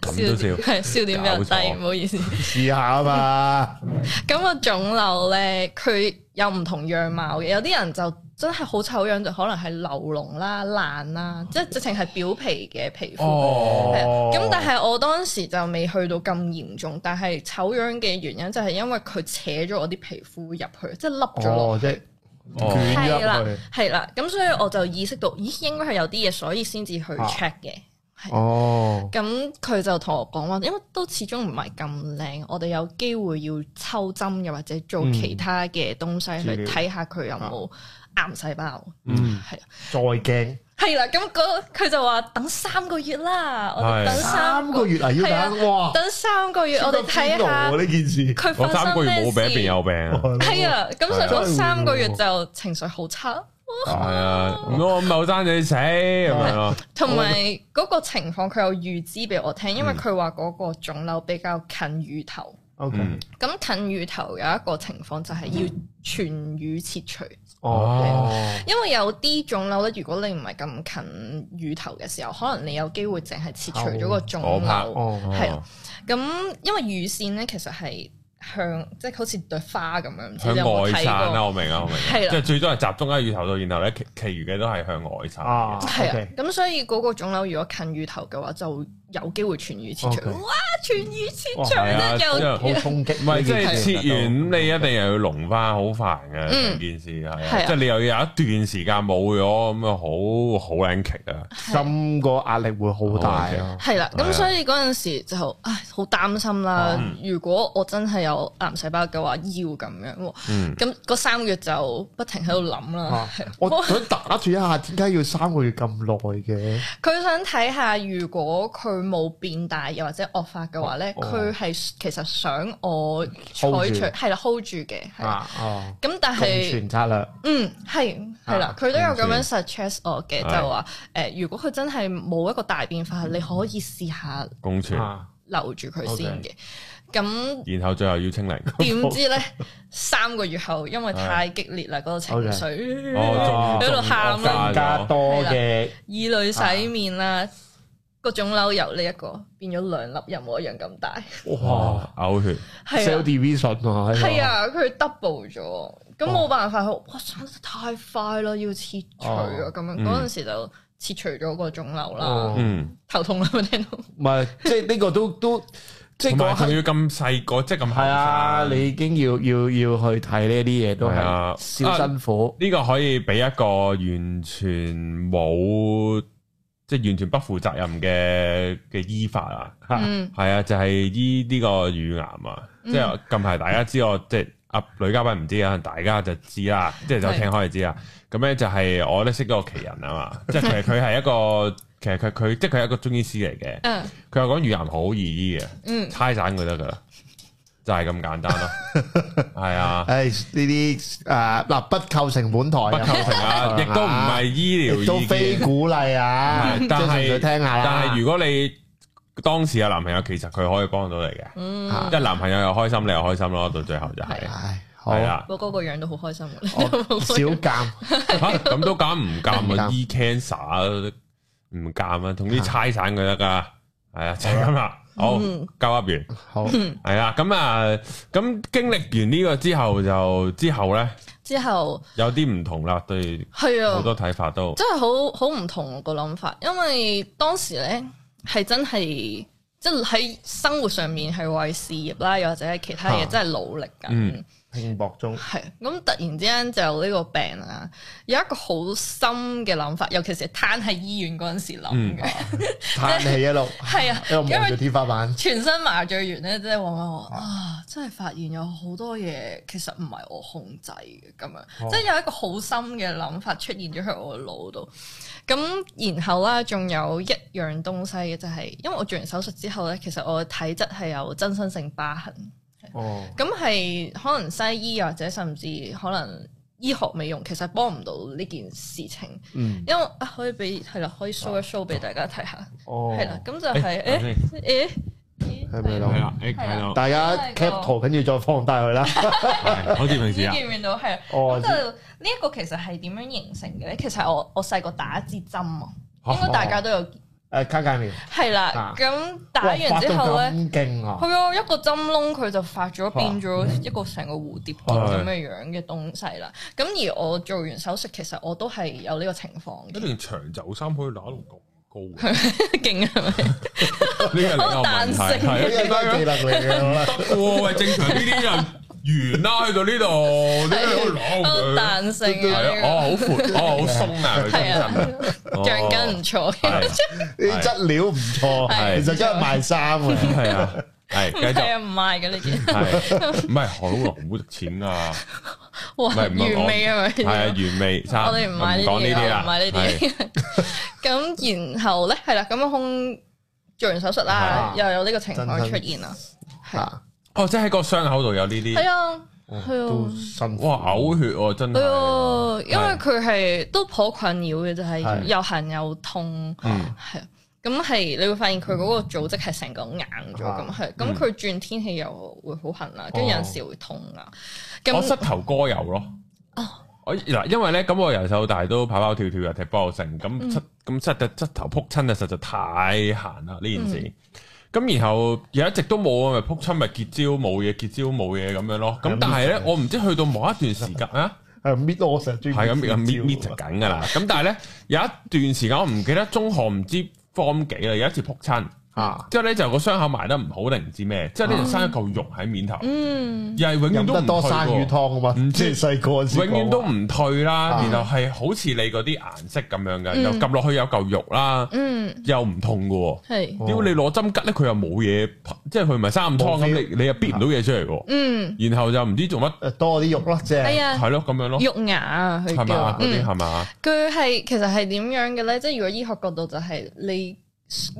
Speaker 1: 咁都笑
Speaker 3: 點係笑點比較
Speaker 1: 搞錯
Speaker 3: 低，唔好意思。
Speaker 2: 試下啊 嘛，
Speaker 3: 咁個腫瘤咧，佢有唔同樣貌嘅，有啲人就真係好醜樣，就可能係流膿啦、爛啦，即係直情係表皮嘅皮膚。係啊
Speaker 1: 哦，
Speaker 3: 咁但係我當時就未去到咁嚴重，但係醜樣嘅原因就係因為佢扯咗我啲皮膚入去，即係凹咗落。
Speaker 2: 哦即係
Speaker 1: 哦
Speaker 2: 捲
Speaker 3: 係啦
Speaker 2: 咗入去，，
Speaker 3: 係啦，咁所以我就意識到，咦，應該係有啲嘢，所以先至去
Speaker 2: 啊
Speaker 3: check 嘅。係
Speaker 2: 哦，
Speaker 3: 咁佢就同我講話，因為都始終唔係咁靚，我哋有機會要抽針又或者做其他嘅東西
Speaker 2: 治
Speaker 3: 去
Speaker 2: 療
Speaker 3: 睇下佢有冇癌細胞。
Speaker 2: 嗯，
Speaker 3: 係啊，
Speaker 2: 再驚
Speaker 3: 係啦，咁嗰佢就話等三個月啦，我
Speaker 1: 係
Speaker 3: 哋等
Speaker 2: 三
Speaker 3: 三
Speaker 2: 個
Speaker 3: 個
Speaker 2: 月啊
Speaker 3: 係
Speaker 2: 要
Speaker 3: 啊
Speaker 2: 等，哇，
Speaker 3: 等三個月，我哋睇下
Speaker 2: 呢件 事，
Speaker 3: 佢
Speaker 1: 我
Speaker 3: 發
Speaker 1: 三個
Speaker 3: 生
Speaker 1: 月
Speaker 3: 咩
Speaker 1: 冇病，
Speaker 3: 事
Speaker 1: 一邊有病啊。
Speaker 3: 係啊，咁所以
Speaker 2: 係啊
Speaker 3: 嗰三個月就情緒好差。哇！
Speaker 1: 系啊，唔好咁後生你死咁樣 咯，
Speaker 3: 同埋嗰個情況佢有預知俾我聽，因為佢話嗰個腫瘤比較近乳頭。
Speaker 2: OK，
Speaker 1: 嗯
Speaker 3: 咁近乳頭有一個情況就係要全乳切除，
Speaker 2: 哦，
Speaker 3: 因為有啲腫瘤咧，如果你唔係咁近乳頭嘅時候，可能你有機會淨係切除咗個腫
Speaker 1: 我怕
Speaker 3: 瘤。
Speaker 2: 哦，
Speaker 3: 係啊咁因為乳腺咧其實係向即係好似朵花咁樣，唔知
Speaker 1: 向
Speaker 3: 你有冇
Speaker 1: 外散
Speaker 3: 睇
Speaker 1: 啦，
Speaker 3: 過？
Speaker 1: 我明啊，我明啊，
Speaker 3: 係啦
Speaker 1: 即係最多係集中喺乳頭度，然後咧其其餘嘅都係向外散
Speaker 2: 啊
Speaker 1: 嘅。
Speaker 3: 係啊
Speaker 2: OK，
Speaker 3: 咁所以嗰個腫瘤如果近乳頭嘅話，就有機會全乳切除。
Speaker 2: OK
Speaker 3: 哇！全乳切
Speaker 2: 哇
Speaker 3: 除
Speaker 1: 係啊
Speaker 3: 咧又
Speaker 1: 真係
Speaker 2: 好衝擊，
Speaker 1: 唔係，即係切完
Speaker 2: 咁
Speaker 1: 咁，你一定又要隆翻，好煩嘅
Speaker 3: 嗯
Speaker 1: 成件事係
Speaker 3: 係
Speaker 1: 啊，
Speaker 3: 啊
Speaker 1: 即係你又要有一段時間冇咗，咁啊好好撚棘啊！
Speaker 2: 心個壓力會好大啊，哦
Speaker 3: 係啦，
Speaker 1: 係啊
Speaker 3: 咁所以嗰陣時就唉好擔心啦。如果我真係有癌細胞嘅話，要咁樣喎。
Speaker 1: 嗯，
Speaker 3: 咁嗰三個月就不停喺度諗啦
Speaker 2: 啊。我想打住一下，點解要三個月咁耐嘅？
Speaker 3: 佢想睇下，如果佢冇變大又或者惡化嘅話咧，
Speaker 2: 哦
Speaker 3: 佢係其實想我
Speaker 2: hold
Speaker 3: 採
Speaker 2: 住
Speaker 3: 取係啦 hold 住嘅。係啦
Speaker 2: 啊，哦，
Speaker 3: 咁但
Speaker 2: 共
Speaker 3: 係
Speaker 2: 存策略，
Speaker 3: 嗯係係啦
Speaker 2: 啊，
Speaker 3: 佢都有咁
Speaker 1: 完
Speaker 3: 樣 suggest 我嘅，
Speaker 1: 係
Speaker 3: 就話誒，如果佢真係冇一個大變
Speaker 2: 嗯
Speaker 3: 化，你可以試下
Speaker 1: 共存，
Speaker 2: 啊，
Speaker 3: 留住佢先嘅。咁
Speaker 1: 然後最後要清零。
Speaker 3: 點知咧三個月後，因為太激烈啦，嗰個情緒，
Speaker 1: 哦，仲
Speaker 3: 喺度喊啦
Speaker 2: 更加多嘅
Speaker 3: 以淚洗面啦，個腫瘤由呢一個變咗兩粒一模一樣咁
Speaker 1: 啊
Speaker 3: 大，
Speaker 2: 哇
Speaker 1: 哇，嘔血，
Speaker 2: ，cell
Speaker 3: 係啊，
Speaker 2: division 啊，喺度
Speaker 3: 係，啊，佢 double 咗，
Speaker 1: 哦
Speaker 3: 咁冇辦法，哇，生得太快啦，要切除啊，
Speaker 2: 哦
Speaker 3: 咁樣
Speaker 1: 嗯
Speaker 3: 嗰陣時就切除咗個腫瘤啦
Speaker 2: 哦，
Speaker 1: 嗯，
Speaker 3: 頭痛啦，我聽到，
Speaker 2: 唔係即係呢個都都即係
Speaker 1: 同埋
Speaker 2: 嗰刻
Speaker 1: 仲要咁細個，即係咁後
Speaker 2: 係啊，
Speaker 1: 生
Speaker 2: 你已經要要要去睇呢啲嘢，都
Speaker 1: 係啊
Speaker 2: 係少辛苦。
Speaker 1: 呢個可以俾一個完全冇，即係完全不負責任嘅嘅醫法啊！
Speaker 3: 嗯，
Speaker 1: 係啊，就係醫呢個乳癌啊，即係近排大家知我即係阿女嘉賓唔知啊，大家就知啦，即係就聽開就知啦。咁咧就係我咧識咗個奇人啊 嘛，即係其實佢係一個，其實佢佢即係佢係一個中醫師嚟嘅，
Speaker 3: 嗯
Speaker 1: 佢又講乳癌好易醫嘅，
Speaker 3: 嗯，
Speaker 1: 猜散佢得噶啦，就係咁簡單咯， 係啊。
Speaker 2: 誒呢啲誒嗱，不構成本台
Speaker 1: 不
Speaker 2: 任何
Speaker 1: 構成 啊，
Speaker 2: 立場
Speaker 1: 亦都唔係醫療
Speaker 2: 亦都
Speaker 1: 意
Speaker 2: 非
Speaker 1: 見，
Speaker 2: 鼓勵啊
Speaker 1: 唔，係
Speaker 2: 即係
Speaker 1: 但
Speaker 2: 純
Speaker 1: 係
Speaker 2: 粹聽下啦。
Speaker 1: 但係如果你當時有男朋友，其實佢可以幫到你嘅，
Speaker 2: 啊
Speaker 1: 即係男朋友又開心，你又開心咯，到最後就係
Speaker 2: 唉，好
Speaker 1: 係啦。
Speaker 3: 我哥個樣都好開心啊嘅
Speaker 2: 我
Speaker 1: 哦
Speaker 2: 少鑑，
Speaker 1: 吓咁都減唔減啊
Speaker 2: 唔減
Speaker 1: ？E cancer 都唔減啊，同啲猜散佢得噶，係 啊，就係咁啦。好，
Speaker 3: 嗯
Speaker 1: 交噏完，
Speaker 2: 好
Speaker 1: 係啦。咁啊，咁經歷完呢個之後，就之後咧
Speaker 3: 之後
Speaker 1: 有啲唔同啦，對
Speaker 3: 係啊
Speaker 1: 好。多睇法都
Speaker 3: 真係好好唔同個諗法，因為當時咧係真係即係喺生活上面係為事業啦，又或者係其他
Speaker 2: 啊
Speaker 3: 嘢真係努力緊
Speaker 1: 嗯。
Speaker 2: 拼搏中，
Speaker 3: 係咁突然之間就有呢個病啦，有一個好深嘅諗法，尤其是攤喺醫院嗰陣時諗嘅，
Speaker 2: 嘆氣一路，
Speaker 3: 係啊
Speaker 2: 一路望
Speaker 3: 因
Speaker 2: 住
Speaker 3: 為
Speaker 2: 天花板。
Speaker 3: 全身麻醉完咧，即係話話我啊，真係發現有好多嘢其實唔係我控制嘅咁樣，
Speaker 2: 哦
Speaker 3: 即係有一個好深嘅諗法出現咗喺我嘅腦度。咁然後啦，仲有一樣東西嘅就係、因為我做完手術之後咧，其實我嘅體質係有增生性疤痕，
Speaker 2: 哦，
Speaker 3: 咁係可能西醫或者甚至可能醫學美容其實幫唔到呢件事情，
Speaker 2: 嗯，
Speaker 3: 因為啊可以俾係啦，可以 show 一 show 俾大家睇下，
Speaker 2: 啊哦，
Speaker 3: 係啦、咁就
Speaker 1: 誒
Speaker 3: 係
Speaker 1: 等
Speaker 3: 誒
Speaker 1: 先
Speaker 3: 誒咦
Speaker 2: 係咪
Speaker 3: 係
Speaker 2: 咯
Speaker 3: 啦
Speaker 1: 係啦，誒睇到
Speaker 2: 大家
Speaker 3: 真係個
Speaker 2: cap 圖，跟住再放大佢啦。
Speaker 1: 係好似平
Speaker 3: 你
Speaker 1: 時啊，
Speaker 3: 見唔見到係啊？
Speaker 2: 哦
Speaker 3: 咁就呢一個其實係點樣形成嘅咧？其實係我我細個打支針啊，
Speaker 1: 嚇
Speaker 3: 應該大家都有
Speaker 2: 誒，卡介苗
Speaker 3: 係
Speaker 2: 啊
Speaker 3: 啦。咁打
Speaker 2: 哇
Speaker 3: 完之
Speaker 2: 發
Speaker 3: 後
Speaker 2: 到
Speaker 3: 咧，
Speaker 2: 咁勁啊！
Speaker 3: 佢有一個針窿佢就發咗變咗一個成個蝴蝶結
Speaker 1: 係
Speaker 3: 咁嘅樣嘅東西啦。咁而我做完手術，其實我都係有呢個情況
Speaker 1: 一
Speaker 3: 嘅，
Speaker 1: 件長袖衫可以打到咁高嘅，呢
Speaker 3: 勁啊係咪？
Speaker 1: 個係另一個
Speaker 3: 好
Speaker 1: 問
Speaker 3: 彈
Speaker 1: 題。
Speaker 3: 性
Speaker 1: 係啊
Speaker 2: 呢個
Speaker 1: 點
Speaker 2: 都
Speaker 1: 解
Speaker 2: 係技能嚟嘅，
Speaker 1: 哇！喂，正常呢啲就完啦，去到呢度，你喺度攞
Speaker 3: 好
Speaker 1: 佢，
Speaker 3: 彈性
Speaker 1: 係
Speaker 3: 嘅
Speaker 1: 啊，
Speaker 3: 呢
Speaker 1: 哦，好闊，哦，好鬆 啊，佢
Speaker 3: 係啊
Speaker 1: 真哦
Speaker 3: 個，橡筋唔錯嘅。
Speaker 1: 係
Speaker 2: 呢啲質料唔錯，
Speaker 1: 係
Speaker 2: 其實真係賣衫啊。
Speaker 1: 係啊，係繼
Speaker 3: 係
Speaker 1: 續
Speaker 3: 啊，唔啊賣嘅呢啲，
Speaker 1: 係，唔係海龍好值錢 啊，
Speaker 3: 哇，
Speaker 1: 係唔係我
Speaker 3: 完美啊，係
Speaker 1: 係啊，原味衫，
Speaker 3: 我哋唔買呢
Speaker 1: 講
Speaker 3: 啲嘢
Speaker 1: 啲
Speaker 3: 啦，
Speaker 1: 啦，
Speaker 3: 唔買呢啲
Speaker 1: 係，
Speaker 3: 嘢。 咁然後咧，係啦，咁胸做完手術啦，
Speaker 2: 係
Speaker 3: 又有呢個情況
Speaker 2: 真係
Speaker 3: 出現啦。
Speaker 2: 啊
Speaker 1: 哦，即係喺個傷口度有呢
Speaker 3: 係
Speaker 1: 啲，
Speaker 3: 啊，
Speaker 2: 哦
Speaker 3: 係啊
Speaker 2: 都辛苦。
Speaker 1: 哇嘔血喎，真
Speaker 3: 係
Speaker 1: 係。
Speaker 3: 啊，因為佢係都頗困擾嘅，就係、
Speaker 2: 係
Speaker 3: 又痕又痛，
Speaker 1: 嗯
Speaker 3: 係啊咁係你會發現佢嗰個組織係成個硬咗咁
Speaker 2: 啊
Speaker 3: 係，
Speaker 1: 嗯哦
Speaker 3: 咁佢轉天氣又會好痕啊啦，跟住有陣時會痛啦。
Speaker 1: 我膝
Speaker 3: 咁
Speaker 1: 頭哥有咯。
Speaker 3: 哦
Speaker 1: 我嗱，因為咧咁我由細到大都跑跑跳跳又啊踢波又成，
Speaker 3: 嗯
Speaker 1: 咁膝咁膝嘅膝頭撲親啊，實在太閒啦呢件事。
Speaker 3: 嗯
Speaker 1: 咁然後又一直都冇啊，咪撲親咪結焦冇嘢，結焦冇嘢咁樣咯。咁
Speaker 2: 係
Speaker 1: 但係咧
Speaker 2: 搣，
Speaker 1: 我唔知去到某一段時間啊。
Speaker 2: 係搣我成日中意
Speaker 1: 係咁搣搣搣就
Speaker 2: 招
Speaker 1: 緊噶啦。咁但係咧有一段時間我唔記得中學唔知 form 幾啦，有一次撲親，
Speaker 2: 啊，
Speaker 1: 之後咧就個傷口埋得唔好定唔知咩，之後咧就生一嚿肉喺面頭，
Speaker 3: 嗯，
Speaker 1: 又係永遠
Speaker 2: 飲
Speaker 1: 都
Speaker 2: 得
Speaker 1: 唔
Speaker 2: 多
Speaker 1: 退
Speaker 2: 生魚
Speaker 1: 喎
Speaker 2: 湯啊嘛，
Speaker 1: 唔
Speaker 2: 即
Speaker 1: 知
Speaker 2: 係細個嗰
Speaker 1: 永
Speaker 2: 時
Speaker 1: 遠都
Speaker 2: 講話
Speaker 1: 唔退啦，
Speaker 2: 啊
Speaker 1: 然後係好似你嗰啲顏色咁樣嘅，
Speaker 3: 嗯
Speaker 1: 又撳落去有嚿肉啦，
Speaker 3: 嗯
Speaker 1: 又唔痛嘅
Speaker 3: 係，
Speaker 1: 喎。屌你攞針吉咧，佢又冇嘢，即係佢唔係三暗瘡
Speaker 2: 哦冇啊
Speaker 1: 咁，
Speaker 2: feel
Speaker 1: 你你又逼唔到嘢出嚟喎。
Speaker 3: 嗯
Speaker 1: 然後就唔知做乜，
Speaker 2: 誒多啲肉咯，即係
Speaker 3: 係啊，
Speaker 1: 係咯咁樣咯，
Speaker 3: 肉牙啊，佢
Speaker 1: 係
Speaker 3: 叫
Speaker 1: 嘛嗰啲
Speaker 3: 嗯
Speaker 1: 係啊嘛，
Speaker 3: 佢係其實係點樣嘅咧？即係如果醫學角度就係你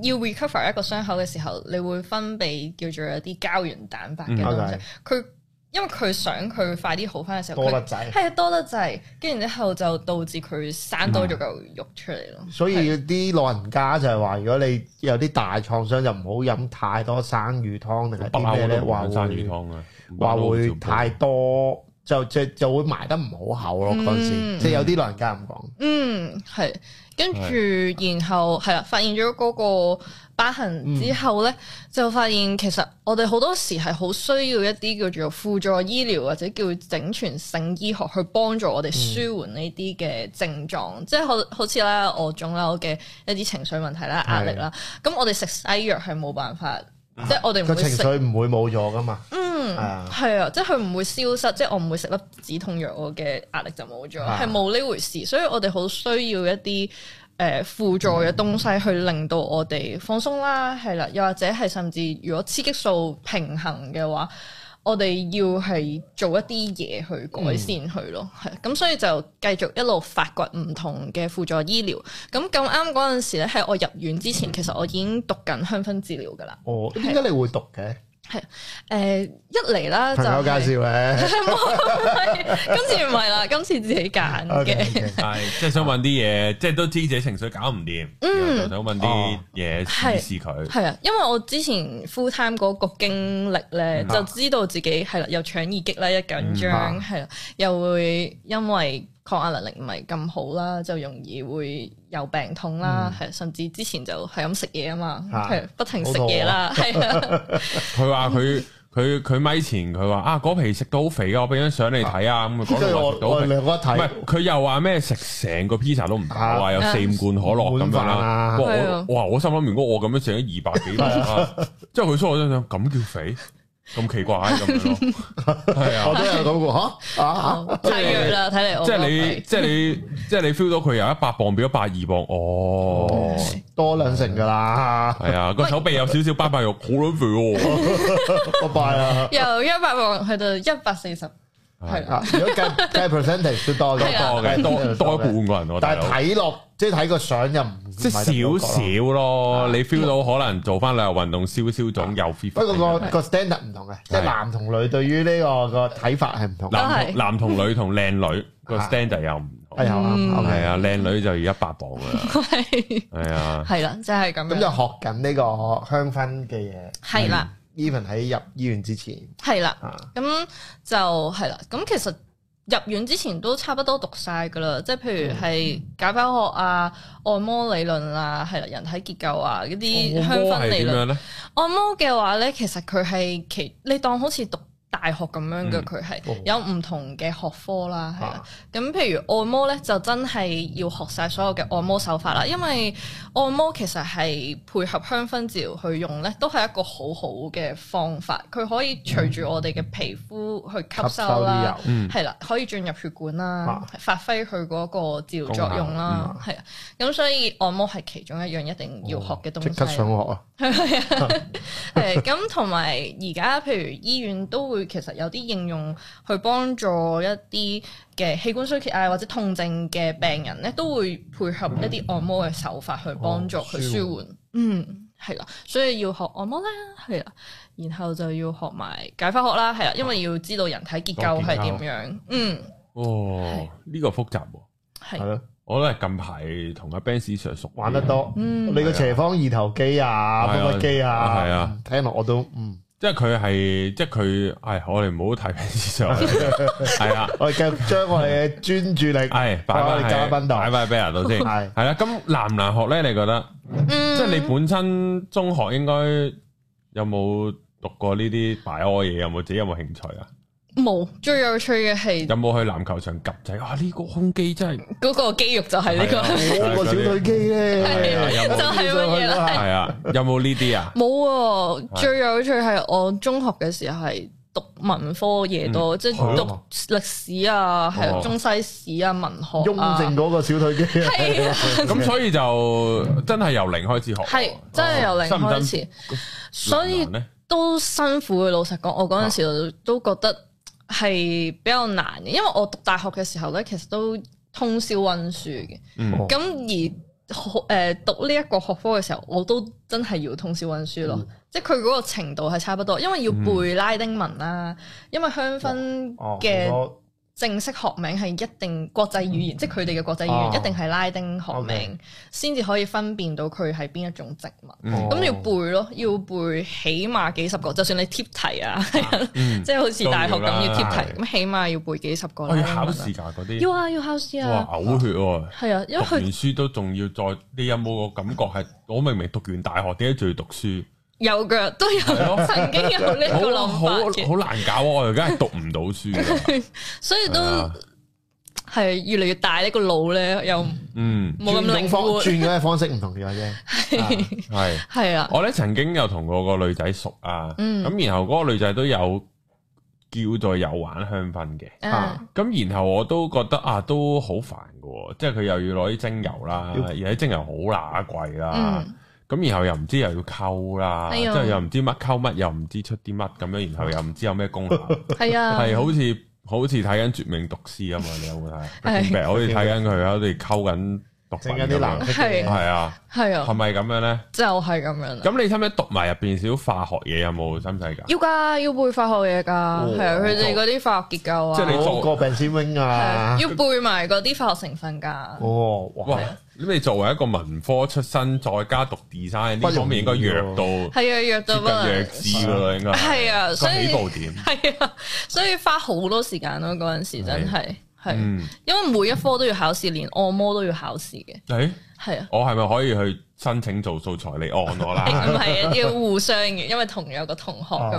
Speaker 3: 要 recover 一個傷口嘅時候，你會分泌叫做有啲膠原蛋白嘅
Speaker 1: 嗯
Speaker 3: 東西
Speaker 2: OK。
Speaker 3: 佢、因為佢想佢快啲好翻嘅時候，
Speaker 2: 多得
Speaker 3: 佢
Speaker 2: 滯。
Speaker 3: 係多得滯，跟住之後就導致佢生多咗嚿肉出嚟咯。
Speaker 2: 嗯所以啲老人家就係話，如果你有啲大創傷，就唔好飲太多生魚湯定係
Speaker 1: 北
Speaker 2: 啲
Speaker 1: 歐
Speaker 2: 咩咧，
Speaker 1: 都唔
Speaker 2: 話
Speaker 1: 想生魚
Speaker 2: 會
Speaker 1: 湯啊，
Speaker 2: 話
Speaker 1: 北歐都唔
Speaker 2: 會
Speaker 1: 少煲
Speaker 2: 太多，就就就會埋得唔好口咯。嗰陣時
Speaker 3: 嗯
Speaker 2: 即係有啲老人家咁講，
Speaker 3: 嗯，係。跟住然後係啦，發現咗嗰個疤痕之後
Speaker 2: 嗯
Speaker 3: 咧，就發現其實我哋好多時係好需要一啲叫做輔助醫療或者叫整全性醫學去幫助我
Speaker 2: 嗯
Speaker 3: 哋舒緩呢啲嘅症狀，即係好好似啦，我腫瘤嘅一啲情緒問題啦、壓力啦，咁我哋食西藥係冇辦法，即係我哋唔
Speaker 2: 啊個
Speaker 3: 會
Speaker 2: 情
Speaker 3: 食。
Speaker 2: 緒唔會冇咗噶嘛。
Speaker 3: 嗯
Speaker 2: 係啊，
Speaker 3: 係啊，即係佢唔會消失，即係我唔會食粒止痛藥，我嘅壓力就冇咗，
Speaker 2: 啊
Speaker 3: 係冇呢回事。所以我哋好需要一啲誒輔助嘅東西去令到我哋放鬆啦，係啦，又或者係甚至如果雌激素平衡嘅話，我哋要係做一啲嘢去改善佢咯，
Speaker 2: 嗯
Speaker 3: 係咁、所以就繼續一路發掘唔同嘅輔助醫療。咁咁啱嗰陣時咧，喺我入院之前，其實我已經讀緊香薰治療㗎啦。
Speaker 2: 哦，點解你會讀嘅？
Speaker 3: 誒、一嚟啦就
Speaker 2: 朋友介
Speaker 3: 係
Speaker 2: 紹嘅。
Speaker 3: 今次唔係啦，今次自己揀
Speaker 2: OK，OK
Speaker 3: 嘅，
Speaker 1: 系，即係想揾啲嘢，即係都知自己情緒搞唔掂，
Speaker 3: 嗯
Speaker 1: 然後就想揾
Speaker 2: 哦
Speaker 1: 啲嘢試試佢。
Speaker 3: 係啊，因為我之前 full time 嗰個經歷咧，
Speaker 1: 嗯
Speaker 3: 就知道自己係啦，又腸易激啦，一緊
Speaker 2: 嗯
Speaker 3: 張係啦，又會因為抗壓能力唔係咁好啦，就容易會有病痛啦，
Speaker 2: 嗯
Speaker 3: 係甚至之前就係咁食嘢啊嘛，
Speaker 2: 啊
Speaker 3: 係不停食嘢啦，係啊，
Speaker 1: 佢話佢佢佢咪前佢話啊嗰皮食到好肥噶，我俾張相你睇啊，咁佢
Speaker 2: 跟
Speaker 1: 講
Speaker 2: 住
Speaker 1: 到話
Speaker 2: 我
Speaker 1: 食到好
Speaker 2: 我哋
Speaker 1: 肥。
Speaker 2: 兩個一
Speaker 1: 唔
Speaker 2: 睇
Speaker 1: 係，，佢又話咩食成個 pizza 都唔飽啊，
Speaker 2: 啊
Speaker 1: 有四五罐可樂咁樣
Speaker 2: 碗飯
Speaker 1: 啦。哇！
Speaker 2: 啊
Speaker 3: 係
Speaker 1: 我
Speaker 3: 啊
Speaker 1: 哇！我心諗，如果我咁樣食咗二百幾蚊啊，之後佢所以我真想咁叫肥，咁奇怪咁樣咯。係啊
Speaker 2: 我，都有咁過嚇啊！
Speaker 3: 太弱啦，睇嚟我
Speaker 1: 即係
Speaker 3: 嗰個
Speaker 1: 你
Speaker 3: 係
Speaker 1: 即係你即係你 feel 到佢由一百磅變咗百二磅，哦。
Speaker 2: 多兩成㗎 啦，
Speaker 1: 系啊，個手臂有少少巴巴肉，好卵肥喎。
Speaker 2: 拜拜啦。
Speaker 3: 由一百磅去到一百四十，係啦
Speaker 2: 啊，如果計計 percentage 都 多
Speaker 1: 多
Speaker 2: 嘅，
Speaker 1: 嘅，
Speaker 2: 啊
Speaker 1: 多多一半個人喎，大
Speaker 2: 但
Speaker 1: 佬
Speaker 2: 係睇落即係睇個相又唔
Speaker 1: 即係少。少咯。你 feel 到可能做翻兩日運動，消消腫又 fit。
Speaker 2: 不過個
Speaker 3: 係
Speaker 2: 個 standard 唔同嘅，即
Speaker 1: 啊係
Speaker 2: 係男同女對於呢個個睇法係唔同嘅。
Speaker 1: 男
Speaker 3: 都
Speaker 1: 同
Speaker 3: 係
Speaker 1: 男同女同靚女個 standard 又唔同，
Speaker 2: 係啊
Speaker 3: 嗯
Speaker 2: 啱
Speaker 1: 係
Speaker 2: ，OK。
Speaker 1: 啊，靚女就要一百磅 噶啦，
Speaker 3: 係
Speaker 1: 係啊，
Speaker 3: 係啦，就係咁
Speaker 2: 咁就
Speaker 3: 樣，
Speaker 2: 學緊呢個香薰嘅嘢。嗯
Speaker 3: 係啦，
Speaker 2: even 喺入醫院之前
Speaker 3: 係啦。
Speaker 2: 啊，
Speaker 3: 咁就係啦。咁其實入院之前都差不多讀晒噶啦，即係譬如
Speaker 1: 嗯
Speaker 3: 係解剖學啊、按摩理論啊，係啦，人體結構啊嗰啲香薰
Speaker 1: 係
Speaker 3: 理
Speaker 1: 點
Speaker 3: 論。
Speaker 1: 樣咧？
Speaker 3: 按摩嘅話咧，其實佢係其你當好似讀大學咁樣嘅，
Speaker 1: 嗯
Speaker 3: 佢係、
Speaker 2: 哦
Speaker 3: 有唔同嘅學科啦，係啦
Speaker 2: 啊。
Speaker 3: 咁譬如按摩咧，就真係要學晒所有嘅按摩手法啦，因為按摩其實係配合香薰治療去用咧，都係一個好好嘅方法。佢可以隨住我哋嘅皮膚去吸
Speaker 2: 嗯吸收
Speaker 3: 收
Speaker 2: 啲
Speaker 3: 啦。
Speaker 2: 油，
Speaker 1: 嗯，
Speaker 3: 係啦，可以進入血管啦
Speaker 2: 啊，嗯
Speaker 3: 發揮佢嗰個治療作用啦，係啊，咁所以按摩係其中一樣一定要學嘅東西
Speaker 2: 哦即刻
Speaker 3: 啦。
Speaker 2: 上學啊！
Speaker 3: 誒咁同埋而家譬如醫院都會其實有啲應用去幫助一啲嘅器官衰竭啊或者痛症嘅病人咧，都會配合一啲按摩嘅手法去幫助佢舒緩。嗯，係啦，所以要學按摩啦，係啦，然後就要學埋解剖學啦，係啦，因為要知道人體結構係點樣，嗯，
Speaker 1: 哦，呢個複雜喎，
Speaker 2: 系
Speaker 3: 係，
Speaker 2: 咯，
Speaker 1: 我都係近排同阿 Ben Sir 熟
Speaker 2: 玩得多。
Speaker 3: 嗯
Speaker 2: 你，個斜方二頭肌
Speaker 1: 係
Speaker 2: 啊，
Speaker 1: 啊
Speaker 2: 乜乜肌啊，
Speaker 1: 係啊，
Speaker 2: 聽落我都嗯，
Speaker 1: 即係佢係，即係佢，唉，我哋唔好睇 Ben Sir 係啦，
Speaker 2: 我哋繼續將我哋嘅專注力
Speaker 1: 係擺
Speaker 2: 我
Speaker 1: 翻
Speaker 2: 哋嘉
Speaker 1: 喺
Speaker 2: 賓度
Speaker 1: 擺翻 Ben 度先，
Speaker 2: 係
Speaker 1: 係啦，咁難唔難學咧？你覺得？
Speaker 3: 即
Speaker 1: 即係你本身中學應該有冇讀過呢啲擺屙嘢？有冇自己有冇興趣啊？
Speaker 3: 冇最有趣嘅係
Speaker 1: 有冇去籃球場及仔？哇！呢、個胸肌真係
Speaker 3: 嗰個肌肉就係呢
Speaker 1: 係啊
Speaker 3: 個，
Speaker 2: 我個小腿肌
Speaker 1: 係啊
Speaker 2: 咧，
Speaker 1: 有
Speaker 3: 就
Speaker 1: 冇
Speaker 3: 係乜嘢啦，
Speaker 1: 係啊？有冇呢啲 啊？
Speaker 3: 冇喎
Speaker 1: 係
Speaker 3: 最有趣係我中學嘅時候係讀文科嘢多，即係
Speaker 2: 係
Speaker 3: 讀
Speaker 2: 咯
Speaker 3: 歷史啊，係啊
Speaker 1: 哦
Speaker 3: 中西史啊，文學
Speaker 2: 雍
Speaker 3: 啊，
Speaker 2: 正嗰個小腿肌啊，
Speaker 3: 係啊。
Speaker 1: 咁所以就真係由零開始學，
Speaker 3: 係真係由零
Speaker 1: 辛唔
Speaker 3: 開
Speaker 1: 辛
Speaker 3: 始，所以
Speaker 1: 難唔難呢
Speaker 3: 都辛苦嘅。老實講，我嗰陣時都覺得係比較難嘅，因為我讀大學嘅時候咧，其實都通宵温書嘅。
Speaker 1: 嗯
Speaker 3: 咁而學誒讀呢一個學科嘅時候，我都真係要通宵温書咯。
Speaker 1: 嗯
Speaker 3: 即係佢嗰個程度係差不多，因為要背拉丁文啦，因為香薰
Speaker 2: 哦
Speaker 3: 嘅
Speaker 2: 我
Speaker 3: 正式學名係一定國際語
Speaker 1: 嗯
Speaker 3: 言，即係佢哋嘅國際語
Speaker 2: 哦
Speaker 3: 言一定係拉丁學名，先至可以分辨到佢係邊一種植物。
Speaker 2: 哦
Speaker 1: 嗯
Speaker 3: 咁要背咯，要背起碼幾十個，就算你貼題啊，
Speaker 1: 嗯
Speaker 3: 即係好似大學咁
Speaker 1: 都要啦
Speaker 3: 要貼題，咁起碼要背幾十個
Speaker 1: 我
Speaker 3: 啦。
Speaker 1: 要考試㗎嗰啲
Speaker 3: 要，啊，哦要考試啊，
Speaker 1: 哇嘔血喎！
Speaker 3: 係啊，因為
Speaker 1: 讀完
Speaker 3: 佢
Speaker 1: 書都仲要再，你有冇個感覺係我明明讀完大學，點解仲要讀書？
Speaker 3: 有腳都有，
Speaker 1: 係咯
Speaker 3: 曾經有呢
Speaker 1: 好
Speaker 3: 個
Speaker 1: 啊
Speaker 3: 諗
Speaker 1: 好
Speaker 3: 法嘅，
Speaker 1: 好難搞啊！我而家係讀唔到書啊㗎，
Speaker 3: 所 以都
Speaker 1: 係啊
Speaker 3: 係越嚟越大呢個腦咧，又
Speaker 1: 嗯。
Speaker 3: 冇咁
Speaker 2: 轉種
Speaker 3: 靈
Speaker 2: 方
Speaker 3: 活，
Speaker 2: 轉嘅方式唔同咗啫，
Speaker 1: 系，
Speaker 3: 係啊，
Speaker 1: 我咧曾經有同過個女仔熟啊，咁、
Speaker 3: 嗯
Speaker 1: 然後嗰個女仔都有叫做有玩香薰嘅，
Speaker 3: 啊
Speaker 1: 咁然後我都覺得啊都好煩噶，即係佢又要攞啲精油啦，
Speaker 2: 要
Speaker 1: 而啲精油好乸貴啦
Speaker 3: 嗯，
Speaker 1: 咁、然後又唔知又要溝啦，
Speaker 3: 哎
Speaker 1: 即
Speaker 3: 呦
Speaker 1: 係又唔知乜溝乜，又唔知出啲乜咁樣，然後又唔知有咩功效，
Speaker 3: 係 啊，
Speaker 1: 係好似好似睇緊《絕命毒師》啊嘛，你有冇
Speaker 3: 係
Speaker 1: 睇？ 好似睇緊佢喺度溝緊毒品
Speaker 2: 整
Speaker 1: 咁
Speaker 2: 緊啲藍
Speaker 1: 樣，
Speaker 2: 色
Speaker 1: 係
Speaker 2: 嘅嘢，
Speaker 1: 啊，
Speaker 3: 係啊
Speaker 1: 係。咪咁樣咧？
Speaker 3: 就係咁樣啦。
Speaker 1: 咁你使唔使讀埋入邊少化學嘢有冇使唔使噶？
Speaker 3: 要㗎，要背化學嘢㗎，係啊，佢哋嗰啲化學結構啊，
Speaker 1: 哦即係你
Speaker 2: 我個病先 wing 啊
Speaker 3: 係，要背埋嗰啲化學成分㗎。
Speaker 2: 哦，哇
Speaker 1: 哇！咁你作為一個文科出身，再加讀 design 呢方面，應該弱到
Speaker 3: 係啊，約到不能
Speaker 1: 接近弱智噶啦，應該
Speaker 3: 係啊，
Speaker 1: 個
Speaker 3: 所以
Speaker 1: 起步點。
Speaker 3: 係啊，所以花好多時間咯。嗰陣時真係係，
Speaker 1: 嗯，
Speaker 3: 因為每一科都要考試，連按摩都要考試嘅，
Speaker 1: 誒，
Speaker 3: 係啊。
Speaker 1: 我係咪可以去申請做素材？你按我啦。
Speaker 3: 唔係啊，要互相嘅，因為同有個同學
Speaker 1: 哦
Speaker 3: 咁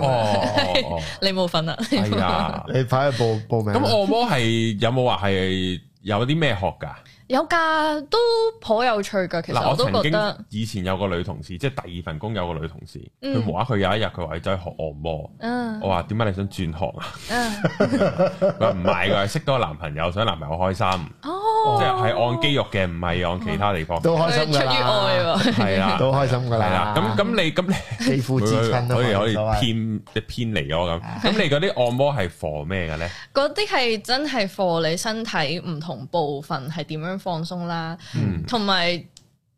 Speaker 3: 樣，
Speaker 1: 哦，哦
Speaker 3: 你冇份啊。
Speaker 1: 係啊。
Speaker 2: 你快去報報名
Speaker 1: 咁
Speaker 2: 啦，
Speaker 1: 按摩係有冇話係有啲咩學㗎？
Speaker 3: 有㗎，都頗有趣㗎。其實
Speaker 1: 嗱，
Speaker 3: 我
Speaker 1: 我
Speaker 3: 都
Speaker 1: 曾
Speaker 3: 覺得
Speaker 1: 經，以前有個女同事，即係第二份工有個女同事，
Speaker 3: 嗯
Speaker 1: 佢無啦啦佢有一日佢話佢走去學按摩，
Speaker 3: 嗯
Speaker 1: 我話點解你想轉行啊？
Speaker 3: 嗯，
Speaker 1: 佢話唔係㗎，識多個男朋友，想男朋友開心，
Speaker 3: 哦，
Speaker 1: 即係係按肌肉嘅，唔係按其他地方。
Speaker 2: 都開
Speaker 3: 佢
Speaker 2: 心
Speaker 3: 出
Speaker 2: 㗎
Speaker 3: 於愛
Speaker 2: 啦，
Speaker 3: 喎。
Speaker 1: 係啦，
Speaker 2: 都開心㗎
Speaker 1: 係
Speaker 2: 啦
Speaker 1: 啦。，咁咁你咁你
Speaker 2: 肌膚之親啊嘛，
Speaker 1: 可以可以
Speaker 2: 所謂啊
Speaker 1: 偏即係偏離咗咁。咁你嗰啲按摩係 for 咩嘅咧？
Speaker 3: 嗰啲係真係 for 你身體唔同部分係點樣放鬆啦，
Speaker 1: 嗯
Speaker 3: 同埋、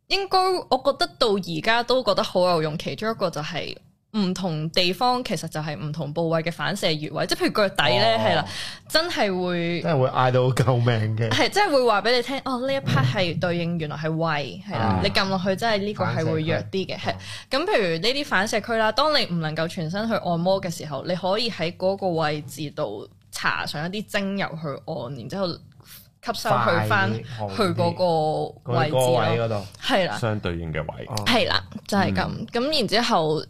Speaker 3: 應該我覺得到而家都覺得好有用。其中一個就係唔同地方其實就係唔同部位嘅反射穴位，即係譬如腳底咧
Speaker 2: 哦
Speaker 3: 係啦，真係會
Speaker 2: 真係會嗌到救命嘅。
Speaker 3: 係真係會話俾你聽，哦呢一 part 係對應原來係胃係啦
Speaker 2: 啊，
Speaker 3: 你撳落去真係呢個係會弱啲嘅係。咁譬如呢啲反射區啦，當你唔能夠全身去按摩嘅時候，你可以喺嗰個位置度搽上一啲精油去按，然之後吸收去翻
Speaker 2: 快好啲
Speaker 3: 去嗰個
Speaker 2: 嗰
Speaker 3: 位置
Speaker 2: 個位
Speaker 3: 咯，
Speaker 2: 嗰度，
Speaker 3: 係啦。
Speaker 1: 相對應嘅位。
Speaker 2: 哦
Speaker 3: 係啦，就係
Speaker 1: 嗯
Speaker 3: 咁。咁、然之後，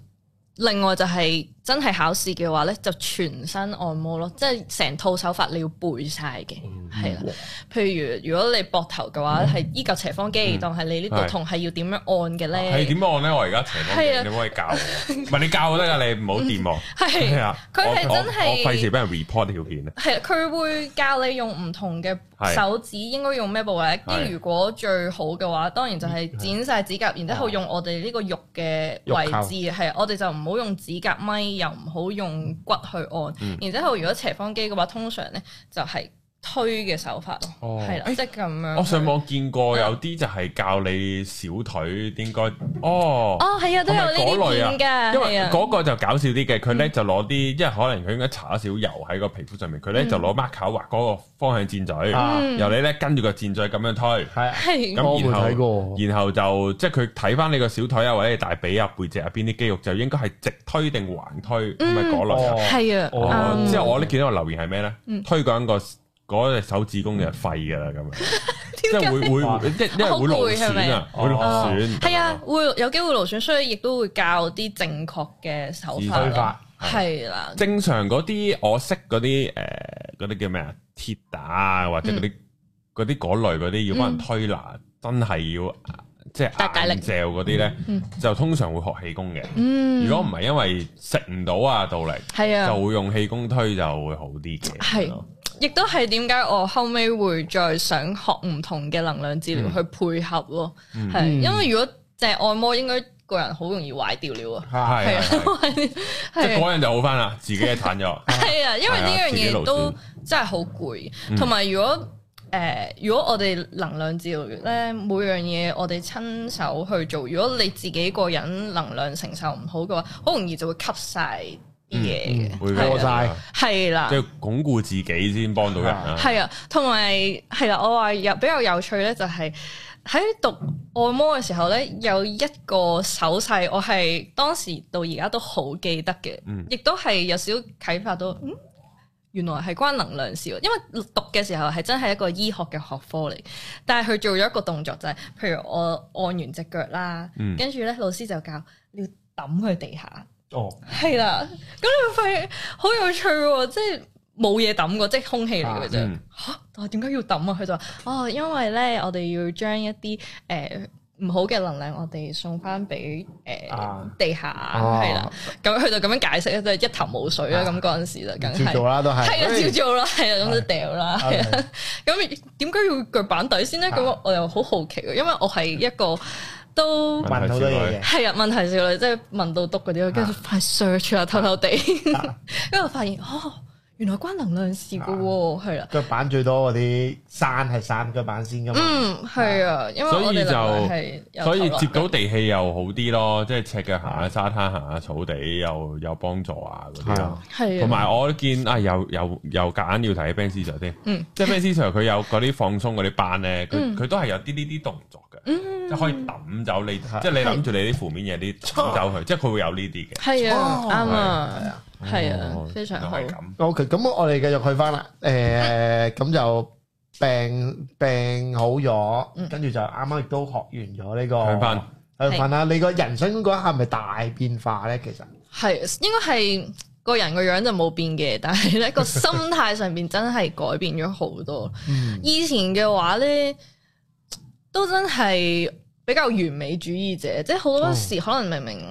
Speaker 3: 另外就係真係考試嘅話咧，就全身按摩咯，即係成套手法你要背晒
Speaker 1: 哦
Speaker 3: 嘅，係啦、譬如如果你膊頭嘅話，係依嚿斜方肌，當係你呢
Speaker 1: 嗯
Speaker 3: 度
Speaker 1: 係啊
Speaker 3: 痛係要點樣按嘅
Speaker 1: 係
Speaker 3: 咧？
Speaker 1: 點按咧？我而家斜方
Speaker 3: 係啊
Speaker 1: 你可唔可以教我？唔係你教我得㗎，你唔好掂我。
Speaker 3: 係
Speaker 1: 係啊，
Speaker 3: 佢係
Speaker 1: 我我
Speaker 3: 真係
Speaker 1: 我費事俾人 report 條片啊。
Speaker 3: 係啦佢會教你用唔同嘅
Speaker 1: 係
Speaker 3: 手指應該用咩部位。跟
Speaker 1: 係嗯
Speaker 3: 住如果最好嘅話，當然就係剪晒指甲，然之後
Speaker 1: 啊
Speaker 3: 用我哋呢個肉嘅位
Speaker 2: 肉扣
Speaker 3: 置，係我哋就唔好用指甲咪，又唔好用骨去按。
Speaker 1: 嗯
Speaker 3: 然之後如果斜方肌嘅話，通常咧就係推嘅手法咯，
Speaker 1: 哦
Speaker 3: 係啦，
Speaker 1: 欸
Speaker 3: 即係咁樣。
Speaker 1: 我上網見過有啲就係教你小腿應該哦。
Speaker 3: 哦，係啊，都有呢
Speaker 1: 係咪嗰類啊
Speaker 3: 啲片㗎，
Speaker 1: 因
Speaker 3: 係
Speaker 1: 為
Speaker 3: 啊，嗯
Speaker 1: 嗰個就搞笑啲嘅，佢咧就攞啲，因為可能佢應該搽少油喺個皮膚上面，佢咧就攞 marker 畫嗰個方向箭嘴，
Speaker 2: 啊
Speaker 3: 嗯
Speaker 1: 由你咧跟住個箭嘴咁樣推，
Speaker 2: 係
Speaker 3: 係
Speaker 1: 咁
Speaker 2: 我冇
Speaker 1: 然
Speaker 2: 睇
Speaker 1: 後
Speaker 2: 過，
Speaker 1: 然後就即係佢睇翻你個小腿啊或者你大髀啊背脊啊邊啲肌肉就應該係直推定橫
Speaker 3: 嗯
Speaker 1: 推咁咪嗰類啊。
Speaker 3: 係啊，
Speaker 2: 哦
Speaker 1: 哦，
Speaker 3: 啱
Speaker 1: 之後我咧見到個留言係咩咧？
Speaker 3: 嗯
Speaker 1: 推緊個嗰隻手指公就係廢噶啦咁樣，即
Speaker 3: 點解
Speaker 1: 係會 會即係因為會勞損啊，
Speaker 2: 好
Speaker 1: 會勞
Speaker 2: 攰係咪哦
Speaker 1: 損。
Speaker 3: 係啊，會有機會勞損，所以亦都會教啲正確嘅手法
Speaker 1: 推
Speaker 2: 推
Speaker 3: 咯，
Speaker 2: 法
Speaker 3: 係啦，
Speaker 1: 正常嗰啲我識嗰啲誒嗰啲叫咩啊鐵打啊或者嗰
Speaker 3: 嗯
Speaker 1: 啲嗰啲嗰類嗰啲要幫人推拿，真係要呃即
Speaker 3: 大解
Speaker 1: 係
Speaker 3: 力
Speaker 1: 硬嚼嗰啲咧，就通常會學氣功嘅。
Speaker 3: 嗯，
Speaker 1: 如果唔係因為食唔到啊道理，
Speaker 3: 係啊，
Speaker 1: 就會用氣功推就會好啲嘅。
Speaker 3: 係亦都係點解我後尾會再想學唔同嘅能量治療
Speaker 1: 嗯
Speaker 3: 去配合咯，
Speaker 1: 嗯
Speaker 3: 係因為如果淨係按摩，應該個人好容易壞掉了啊，
Speaker 2: 係
Speaker 1: 係係
Speaker 3: 係啊
Speaker 1: 係。即係
Speaker 3: 係
Speaker 1: 嗰樣就好翻啦，自己嘅 產咗。
Speaker 3: 係啊，因為呢樣嘢
Speaker 1: 係啊
Speaker 3: 都真係好攰，同埋如果誒、如果我哋能量治療咧，每樣嘢我哋親手去做，如果你自己個人能量承受唔好嘅話，好容易就會吸晒啲嘢
Speaker 2: 嗯
Speaker 1: 會
Speaker 3: 嘅，
Speaker 1: 嘅
Speaker 2: 過
Speaker 3: 係啊
Speaker 2: 晒
Speaker 3: 係啦
Speaker 1: 即。係鞏固自己先幫到人啊。
Speaker 3: 係啊，同埋係啦，我話有比較有趣咧，就係喺讀按摩嘅時候咧，有一個手勢，我係當時到而家都好記得嘅
Speaker 1: 嗯，
Speaker 3: 亦都係有少少啟發到，嗯，原來係關能量事喎，因為讀嘅時候係真係一個醫學嘅學科嚟，但係佢做咗一個動作就係、譬如我按完只腳啦
Speaker 1: 嗯，
Speaker 3: 跟住咧老師就教你要抌去地下。
Speaker 2: 哦，
Speaker 3: 係啦，咁你會發現好有趣喎，即係冇嘢抌過，即係空氣嚟嘅啫。
Speaker 1: 嗯
Speaker 3: 吓、但係點解要抌啊？佢就話：哦，因為咧，我哋要將一啲誒唔好嘅能量，我哋送翻俾誒
Speaker 2: 啊
Speaker 3: 地下，係啦。咁佢就咁樣解釋咧，即係一頭霧水啦。咁嗰陣時就梗
Speaker 2: 照做
Speaker 3: 係。
Speaker 2: 啦都哎係，
Speaker 3: 係啊，照做啦，係啊，咁就
Speaker 2: 係
Speaker 3: 掉啦，係啊。
Speaker 2: 係
Speaker 3: 咁點解要腳板底先咧？咁
Speaker 2: 啊
Speaker 3: 我又好好奇嘅，因為我係一個都
Speaker 2: 問好多嘢嘅，
Speaker 3: 係啊，問題少女即係問到篤嗰
Speaker 1: 啊
Speaker 3: 啲，跟住快 search 啦，偷偷地，跟住發現哦，原來關能量事嘅
Speaker 1: 啊
Speaker 3: 喎，係啦，
Speaker 2: 腳板最多嗰啲山係山腳板先噶嘛，
Speaker 3: 嗯，係啊，因為我哋能量係有
Speaker 1: 所以
Speaker 3: 投落
Speaker 1: 接到地氣又好啲咯，即係赤腳行下沙灘行下草地又有幫助啊嗰啲
Speaker 2: 係
Speaker 1: 咯
Speaker 2: 啊。
Speaker 3: 係啊，
Speaker 1: 同埋我見啊，又又又夾硬要睇 Ben Sir 先，
Speaker 3: 嗯
Speaker 1: 即係 Ben Sir 佢有嗰啲放鬆嗰啲班咧，佢
Speaker 3: 嗯
Speaker 1: 佢都係有啲呢啲動作嘅，即係可以抌走你，
Speaker 2: 係
Speaker 1: 即係你諗住你啲負面嘢啲抌走 佢，即係佢會有呢啲嘅。
Speaker 3: 係啊，
Speaker 2: 哦
Speaker 3: 啱啊，
Speaker 1: 哦
Speaker 3: 係啊，非常好
Speaker 1: 原來係咁
Speaker 2: OK，咁我哋繼續去翻啦。誒、咁就病病好咗，
Speaker 3: 嗯
Speaker 2: 跟住就啱啱亦都學完咗呢、個
Speaker 1: 向翻
Speaker 2: 向瞓啦。你個人生嗰一刻係咪大變化咧？其實
Speaker 3: 係應該係個人個樣就冇變嘅，但係咧個心態上邊真係改變咗好多。
Speaker 2: 嗯，
Speaker 3: 以前嘅話咧，都真係比較完美主義者，即係好
Speaker 2: 哦
Speaker 3: 多時可能明明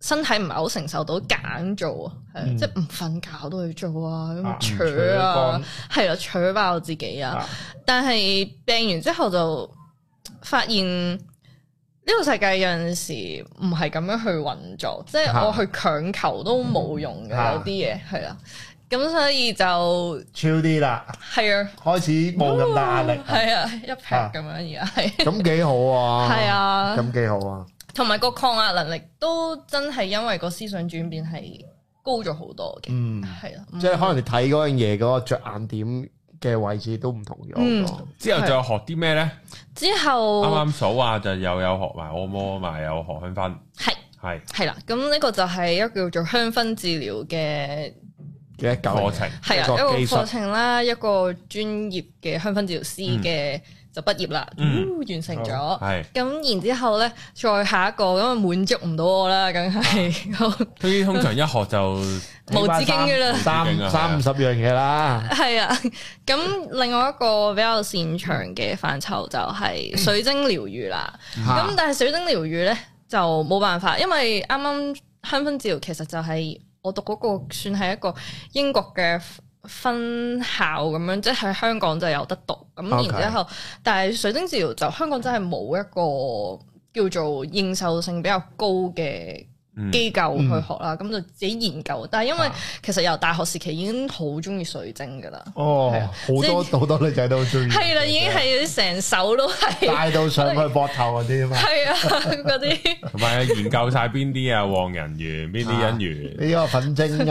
Speaker 3: 身體唔係好承受到，揀做啊，係啊
Speaker 2: 嗯
Speaker 3: 即係唔瞓覺都去做啊，
Speaker 2: 啊
Speaker 3: 咁扯啊，係啦，扯爆自己啊
Speaker 2: 啊！
Speaker 3: 但係病完之後就發現呢個世界有陣時唔係咁樣去運作，即係
Speaker 2: 啊
Speaker 3: 我去強求都冇用嘅，
Speaker 2: 啊
Speaker 3: 有啲嘢係啦，咁所以就
Speaker 2: 超啲啦，
Speaker 3: 係啊。
Speaker 2: 開始冇咁大壓力，
Speaker 3: 係啊，一劈咁樣而家係，
Speaker 2: 咁幾好啊！
Speaker 3: 係，啊，
Speaker 2: 咁幾好啊！
Speaker 3: 同埋個抗壓能力都真係因為個思想轉變係高咗好多嘅，
Speaker 2: 嗯，
Speaker 3: 係啊，
Speaker 2: 即係可能你睇嗰樣嘢嗰個着眼點嘅位置都唔同咗。
Speaker 3: 嗯
Speaker 1: 之後就學啲咩咧？
Speaker 3: 之
Speaker 1: 啱
Speaker 3: 後
Speaker 1: 啱數啊，就又有學埋按摩，埋有學向翻，
Speaker 3: 係
Speaker 1: 係
Speaker 3: 係啦，咁呢個就係一個叫做香薰治療嘅
Speaker 2: 嘅一嚿
Speaker 1: 課程。
Speaker 3: 係
Speaker 2: 一
Speaker 3: 啊
Speaker 2: 個
Speaker 3: 一個
Speaker 2: 技術
Speaker 3: 課程啦，一個專業嘅香薰治療師嘅就畢業啦，
Speaker 1: 嗯
Speaker 3: 哦完成咗。
Speaker 1: 係，
Speaker 3: 咁然之後咧，再下一個咁啊滿足唔到我啦，梗係
Speaker 1: 呢啲通常一學就
Speaker 3: 無止境嘅啦。
Speaker 2: 三三五十樣嘢啦，
Speaker 3: 係啊，咁另外一個比較擅長嘅範疇就係水晶療愈啦。咁、
Speaker 2: 嚇
Speaker 3: 但係水晶療愈咧就冇辦法，因為啱啱香薰治療其實就係我讀嗰個算係一個英國嘅分校咁樣，即係喺香港就有得讀。咁
Speaker 2: OK
Speaker 3: 然之後但係水晶治療就香港真係冇一個叫做認受性比較高嘅
Speaker 1: 嗯
Speaker 3: 機構去學啦，咁就自己研究。但係因為其實由大學時期已經好中意水晶噶啦，
Speaker 2: 哦
Speaker 3: 係啊，
Speaker 2: 好多好多女仔都中意，
Speaker 3: 係啦，已經係成手都係，
Speaker 2: 帶到上去膊頭嗰啲啊 嘛。
Speaker 3: 係啊嗰啲。
Speaker 1: 同埋研究晒邊啲啊旺人緣，邊啲姻緣，
Speaker 2: 呢個粉晶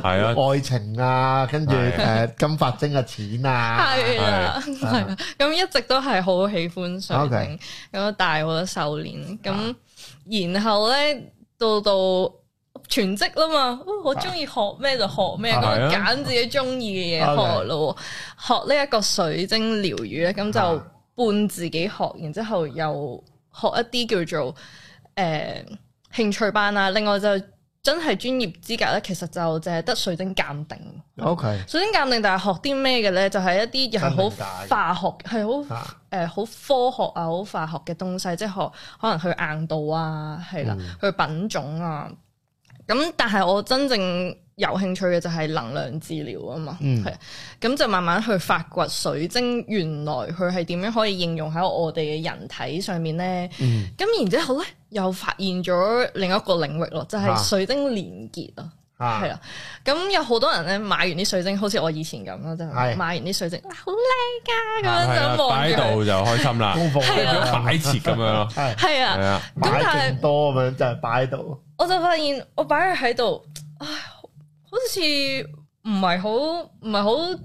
Speaker 1: 係啊
Speaker 2: 愛情啊，跟住
Speaker 1: 係
Speaker 2: 誒金髮晶嘅錢啊，
Speaker 3: 係啦，係啊啦，咁一直都係好喜歡水
Speaker 2: OK 啊
Speaker 3: 晶，咁戴好多手鏈，咁然後咧到到全職啦嘛，哦我中意學咩就學咩，咁
Speaker 1: 係啊
Speaker 3: 我揀自己中意嘅嘢
Speaker 2: OK
Speaker 3: 學咯喎，學呢一個水晶療癒咧，咁
Speaker 2: 啊
Speaker 3: 就半自己學，然之後又學一啲叫做誒興趣班啦，另外就真係專業資格咧，其實就淨係得水晶鑑定。
Speaker 2: ，OK，
Speaker 3: 水晶鑑定，但係學啲咩嘅咧？就係、一啲又係好化學，係好
Speaker 2: 啊
Speaker 3: 誒呃好科學啊，好化學嘅東西，即係學可能去硬度啊，係啦，
Speaker 1: 嗯
Speaker 3: 去品種啊。咁但係我真正有興趣嘅就係能量治療啊嘛，
Speaker 2: 嗯
Speaker 3: 係啊咁、就慢慢去發掘水晶原來佢係點樣可以應用喺我哋嘅人體上面咧。
Speaker 2: 嗯
Speaker 3: 咁、然之後咧，又發現咗另一個領域咯，就係、
Speaker 2: 啊
Speaker 3: 水晶連結啊。
Speaker 2: 啊
Speaker 3: 係，啦，咁有好多人咧買完啲水晶，好似我以前咁啦，就
Speaker 2: 係
Speaker 3: 買完啲水晶，哇好靚噶咁
Speaker 1: 係
Speaker 3: 樣
Speaker 1: 啊
Speaker 3: 就望
Speaker 1: 擺
Speaker 3: 住
Speaker 1: 喺
Speaker 3: 佢，
Speaker 1: 度就開心啦，
Speaker 2: 功課
Speaker 1: 即係
Speaker 3: 係
Speaker 1: 變
Speaker 3: 啊
Speaker 1: 咗擺設咁樣 咯，
Speaker 2: 係
Speaker 3: 係
Speaker 1: 係
Speaker 3: 啊，
Speaker 1: 啊，
Speaker 3: 咁
Speaker 2: 擺
Speaker 3: 但係
Speaker 2: 勁多咁樣，就係擺喺度，
Speaker 3: 我就發現我擺佢喺度，唉，好似唔係好唔係好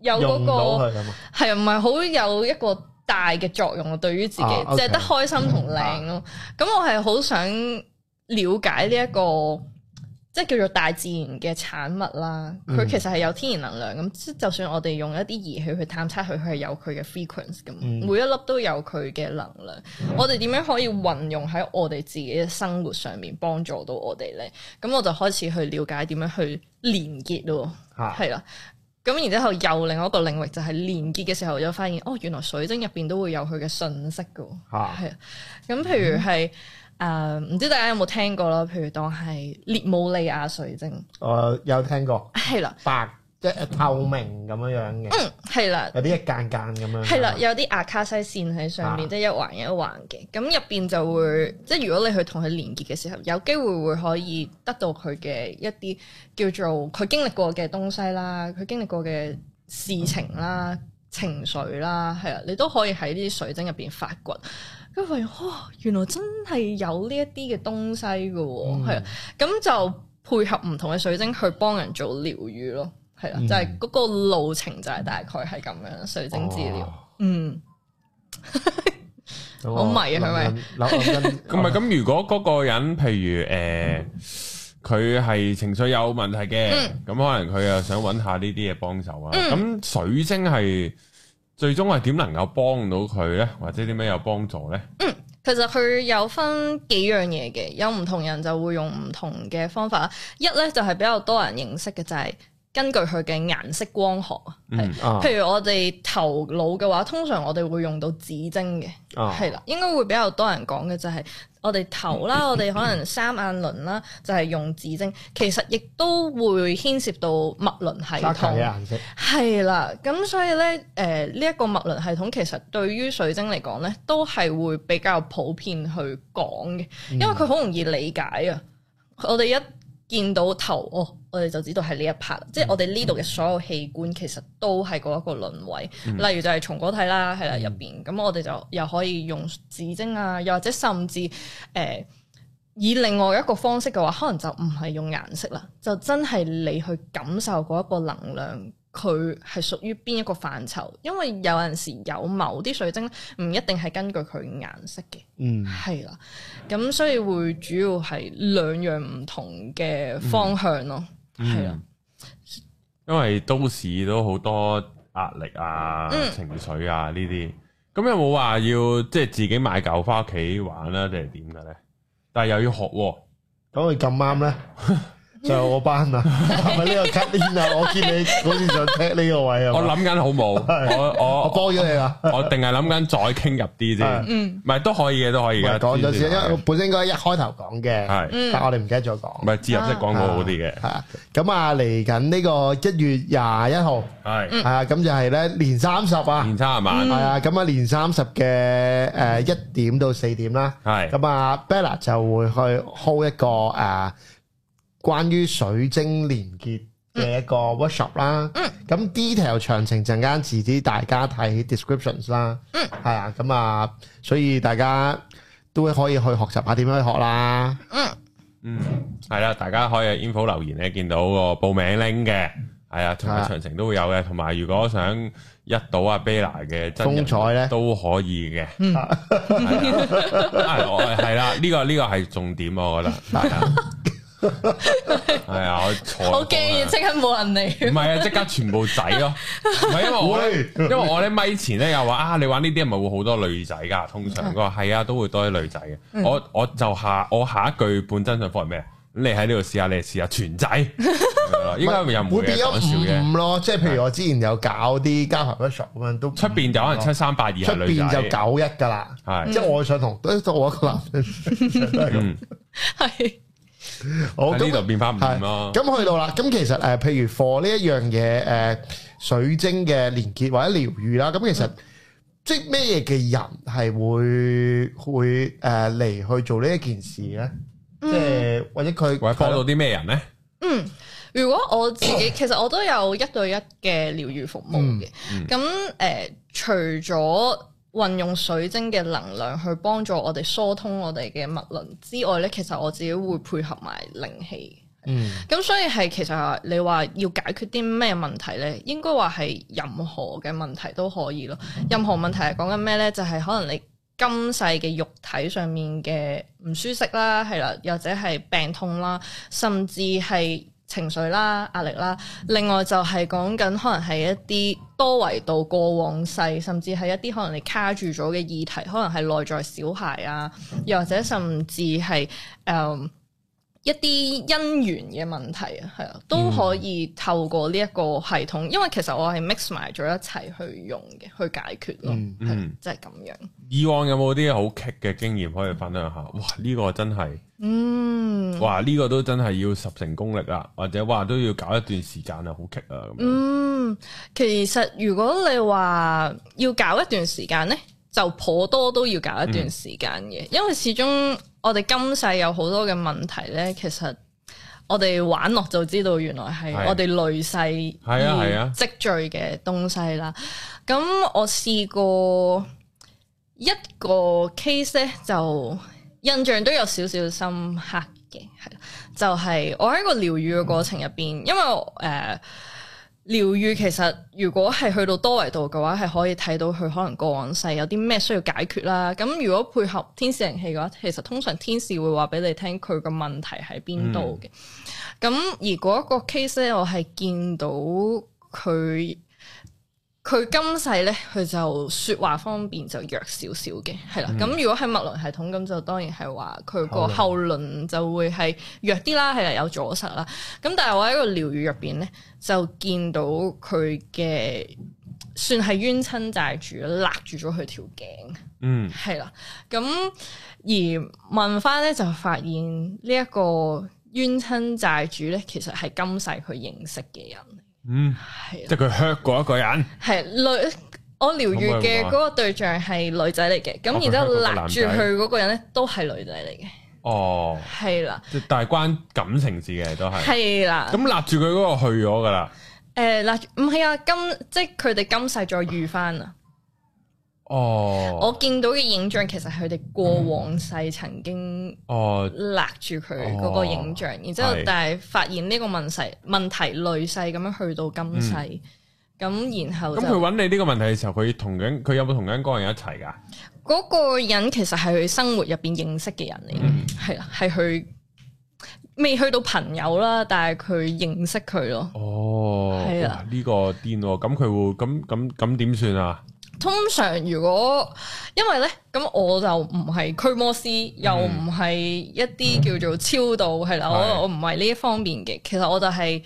Speaker 3: 有嗰、
Speaker 2: 用到
Speaker 3: 個
Speaker 2: 佢咁啊，
Speaker 3: 係啊唔係好有一個大嘅作用啊，對於自己，
Speaker 2: 啊，OK
Speaker 3: 淨係得開心同靚咯。咁我係好想了解呢、一個。即係叫做大自然嘅產物啦，佢
Speaker 2: 嗯
Speaker 3: 其實係有天然能量咁，即係就算我哋用一啲儀器去探測佢，佢係有佢嘅 frequency 咁，
Speaker 2: 嗯
Speaker 3: 每一粒都有佢嘅能量。我哋點樣可以運用喺我哋自己嘅生活上面，幫助到我哋咧？咁我就開始去了解點樣去連結咯，
Speaker 2: 嚇
Speaker 3: 係啦。咁然之後又另外一個領域就係連結嘅時候，就發現哦，原來水晶入邊都會有佢嘅信息㗎喎。
Speaker 2: 嚇
Speaker 3: 係啊，咁譬如係誒，呃唔、知大家有冇聽過啦？譬如當係列姆利亞水晶，
Speaker 2: 我有聽過
Speaker 3: 係啦，
Speaker 2: 白即係透明咁樣樣嘅，
Speaker 3: 嗯，係啦。
Speaker 2: 有啲一間間咁樣，
Speaker 3: 係啦，，有啲阿卡西線喺上面，
Speaker 2: 啊
Speaker 3: 即係一環一環嘅。咁入邊就會，即係如果你去同佢連結嘅時候，有機會會可以得到佢嘅一啲叫做佢經歷過嘅東西啦，佢經歷過嘅事情啦、情緒啦，係啊，你都可以喺呢啲水晶入邊發掘。跟住發現，哇，原來真係有呢一啲嘅東西嘅喎，
Speaker 2: 嗯
Speaker 3: 係啊、咁就配合唔同嘅水晶去幫人做療癒咯，係啦，
Speaker 2: 嗯
Speaker 3: 就係嗰個路程就係大概係咁樣水晶治療。
Speaker 2: 哦
Speaker 3: 嗯，
Speaker 2: 咁
Speaker 3: 好迷啊
Speaker 2: 我
Speaker 3: 係咪
Speaker 2: 哦諗緊？諗諗緊
Speaker 1: 咁咪咁，如果嗰個人譬如诶，佢係情緒有問題嘅，
Speaker 3: 嗯
Speaker 1: 咁可能佢又想揾下呢啲嘢幫手啊。咁水晶係最終係點能夠幫到佢呢？或者點樣有幫助呢？
Speaker 3: 其實佢有分幾樣嘢嘅，有唔同人就會用唔同嘅方法啦。一咧就係比較多人認識嘅就係根據佢嘅顏色光學啊。係
Speaker 1: 嗯
Speaker 2: 啊
Speaker 3: 譬如我哋頭腦嘅話，通常我哋會用到紫晶嘅，
Speaker 2: 啊
Speaker 3: 係啦、應該會比較多人講嘅就係我哋頭 啦，我哋可能三眼輪啦，就係用紫晶，其實亦都會牽涉到脈輪系
Speaker 2: 沙琪
Speaker 3: 統
Speaker 2: 嘅。顏色，
Speaker 3: 係啦，咁所以咧，誒呢一個脈輪系統其實對於水晶嚟講咧，都係會比較普遍去講嘅，因為佢好容易理解啊。我哋一見到頭，哦，我哋就知道係呢一 part，即係我哋呢度嘅所有器官其實都係嗰一個輪位，例如就係松果體啦，係啦入邊，咁我哋就又可以用指晶啊，又或者甚至誒。呃以另外一個方式嘅話，可能就唔係用顏色啦，就真係你去感受嗰一個能量，佢係屬於邊一個範疇。因為有陣時有某啲水晶唔一定係根據佢顏色嘅，
Speaker 2: 嗯
Speaker 3: 係啦。咁所以會主要係兩樣唔同嘅方向咯，係啊
Speaker 1: 嗯，因為都市都好多壓力啊、
Speaker 3: 嗯
Speaker 1: 情緒啊呢啲。咁有冇話要即係自己買嚿翻啊屋企玩啦，定係點嘅呢？但係又要學喎，
Speaker 2: 咁佢咁啱咧，就係我班啊，係咪呢個 cut in 啊？我見你好似想踢呢個位啊
Speaker 1: 我
Speaker 2: 嘛，
Speaker 1: 諗緊好冇，我
Speaker 2: 我
Speaker 1: 我
Speaker 2: 幫咗你啦。
Speaker 1: 我定係諗緊再傾入啲
Speaker 2: 係
Speaker 1: 先，
Speaker 3: 嗯，
Speaker 1: 唔係都可以嘅，都可以嘅。
Speaker 2: 講咗先，因為我本身應該一開頭講嘅，
Speaker 1: 係，
Speaker 3: 嗯
Speaker 2: 但我哋唔記得咗
Speaker 1: 唔
Speaker 2: 講。
Speaker 1: 係植入式廣告好啲嘅，
Speaker 2: 係啊，咁啊嚟緊呢個一月廿一號，
Speaker 1: 係
Speaker 2: 係啊，咁就係咧年三十啊，
Speaker 1: 年三十晚
Speaker 2: 係啊，咁啊年三十嘅誒一點到四點啦。
Speaker 1: 係
Speaker 2: 咁啊，Bella 就會去 hold 一個誒、啊關於水晶連結嘅一個
Speaker 1: 嗯
Speaker 2: workshop 啦。咁 detail 詳情陣間遲啲大家睇 descriptions 啦。
Speaker 1: 嗯
Speaker 2: 係啊，咁啊，所以大家都可以去學習下點樣去學啦。
Speaker 1: 嗯係啦，大家可以 info 留言咧，見到個報名 link 嘅，係啊，同埋
Speaker 2: 啊
Speaker 1: 詳情都會有嘅，同埋如果想一睹阿 Bella 嘅真人
Speaker 2: 風采咧嗯
Speaker 1: 都可以嘅，係啊啊我係啦，呢個呢個係重點，我覺得係 啊，係啊，我錯
Speaker 3: 好驚，啊即刻冇
Speaker 1: 唔
Speaker 3: 人嚟。
Speaker 1: 係啊，即刻全部仔 咯，唔係因為我咧，因
Speaker 2: 喂
Speaker 1: 為我咧咪前咧又話啊，你玩呢啲係咪會好多女仔噶？通常
Speaker 2: 嗯
Speaker 1: 佢話係啊，都會多啲女仔嘅。我我就下我下一句半真相課係咩？咁你喺呢度試下，你試下全 仔，咁樣咯應該又唔
Speaker 2: 會
Speaker 1: 會
Speaker 2: 變
Speaker 1: 嘅
Speaker 2: 咗
Speaker 1: 講笑嘅。
Speaker 2: 五五咯，即係譬如我之前有搞啲家庭 workshop 咁樣都
Speaker 1: 出邊就可能七三八二
Speaker 2: 出
Speaker 1: 係女
Speaker 2: 邊就
Speaker 1: 仔，
Speaker 2: 九一㗎啦。
Speaker 1: 係
Speaker 2: 即係我想同，都我一個男 人都係咁
Speaker 1: 嗯，
Speaker 3: 係
Speaker 2: 好
Speaker 1: 喺
Speaker 2: 咁
Speaker 1: 呢度變翻
Speaker 2: 係
Speaker 1: 五咯。
Speaker 2: 咁去到啦，咁其實誒、呃譬如 for 呢一樣嘢誒，水晶嘅連結或者療愈啦，咁其
Speaker 1: 嗯
Speaker 2: 實即係咩嘢嘅人係會會誒嚟、去做呢一件事咧？即係或者佢
Speaker 1: 或者幫到啲咩人咧？
Speaker 3: 嗯，如果我自己 其實我都有一對一嘅療愈服務嘅，
Speaker 1: 嗯
Speaker 3: 咁誒、呃除咗運用水晶嘅能量去幫助我哋疏通我哋嘅脈輪之外咧，其實我自己會配合埋靈氣。
Speaker 2: 嗯
Speaker 3: 咁所以係其實你話要解決啲咩問題呢？應該話係任何嘅問題都可以咯。任何問題係講緊咩呢？就係、可能你今世嘅肉體上面嘅唔舒適啦，係啦，又或者係病痛啦，甚至係情緒啦、壓力啦。另外就係講緊可能係一啲多維度過往世，甚至係一啲可能你卡住咗嘅議題，可能係內在小孩啊，又或者甚至係誒。嗯一啲姻緣嘅問題啊，係啊，都可以透過呢一個系統，因為其實我係 mix 埋咗一齊去用嘅，去解決咯，
Speaker 2: 嗯
Speaker 3: 係
Speaker 1: 嗯
Speaker 3: 即係咁樣。
Speaker 1: 以往有冇啲好棘嘅經驗可以分享下？哇！呢個真係〜
Speaker 3: 嗯
Speaker 1: 哇！呢、個都真係要十成功力啦，或者哇都要搞一段時間啊，好棘啊咁樣。
Speaker 3: 嗯，其實如果你話要搞一段時間呢，就頗多都要搞一段時間嘅，因為始終我哋今世有好多嘅問題呢，其實。我哋玩落就知道，原來係
Speaker 1: 係
Speaker 3: 我哋累世
Speaker 1: 係啊係啊
Speaker 3: 而積聚嘅東西啦。咁我試過一個 case 咧，就印象都有少少深刻嘅，係啦就係、我喺個療愈嘅過程入邊，因為我誒、呃、療愈其實如果係去到多維度嘅話，係可以睇到佢可能過往世有啲咩需要解決啦。咁如果配合天使靈氣嘅話，其實通常天使會話俾你聽佢嘅問題喺邊度
Speaker 1: 嗯
Speaker 3: 嘅。咁、而嗰個 case 咧，我係見到佢。佢今世咧，佢就説話方面就弱少少嘅，
Speaker 1: 嗯
Speaker 3: 係啦。咁、如果係脈輪系統，咁就當然係話佢個後輪就會係弱啲啦，係啦，有阻塞啦。咁但係我喺個療愈入邊咧，就見到佢嘅算係冤親債主啦，勒住咗佢條頸。
Speaker 1: 嗯，
Speaker 3: 係啦，咁而問翻咧就發現呢一個冤親債主咧，其實係今世佢認識嘅人，
Speaker 1: 嗯，
Speaker 3: 係
Speaker 1: 即係佢 hurt 過一個人，
Speaker 3: 係女，我療愈嘅嗰個對象係女仔嚟嘅，
Speaker 1: 哦
Speaker 3: 咁
Speaker 1: 啊佢
Speaker 3: 然之
Speaker 1: 係
Speaker 3: 後
Speaker 1: 一個
Speaker 3: 勒住
Speaker 1: 男仔
Speaker 3: 佢嗰個人咧都係女仔嚟嘅，
Speaker 1: 哦，
Speaker 3: 係啦，
Speaker 1: 即係但係關感情事嘅都係。
Speaker 3: 係啦
Speaker 1: 咁，立住佢嗰個去咗噶啦。
Speaker 3: 誒勒住唔係啊，今即係佢哋今世再遇翻啊！
Speaker 1: 哦，
Speaker 3: 我見到嘅影像其實係佢哋過往世曾經。
Speaker 1: 哦，
Speaker 3: 勒住佢嗰個影像，然之後
Speaker 1: 係
Speaker 3: 但係發現呢個問世問題累世咁樣去到今世，咁、然後
Speaker 1: 嗯咁佢
Speaker 3: 就
Speaker 1: 揾你呢個問題嘅時候，佢同緊佢有冇同緊嗰個人一齊噶？
Speaker 3: 嗰個人其實係佢生活入邊認識嘅人嚟
Speaker 1: 嗯
Speaker 3: 嘅，係啦、啊係佢未去到朋友啦，但係佢認識佢咯。
Speaker 1: 哦，
Speaker 3: 係啊
Speaker 1: 哇呢個癲喎！咁佢會咁咁咁點算啊？
Speaker 3: 通常如果因為咧，咁我就唔係驅魔師，又唔係一啲叫做超度，係啦，
Speaker 1: 嗯係
Speaker 3: 我我唔係呢一方面嘅。其實我就係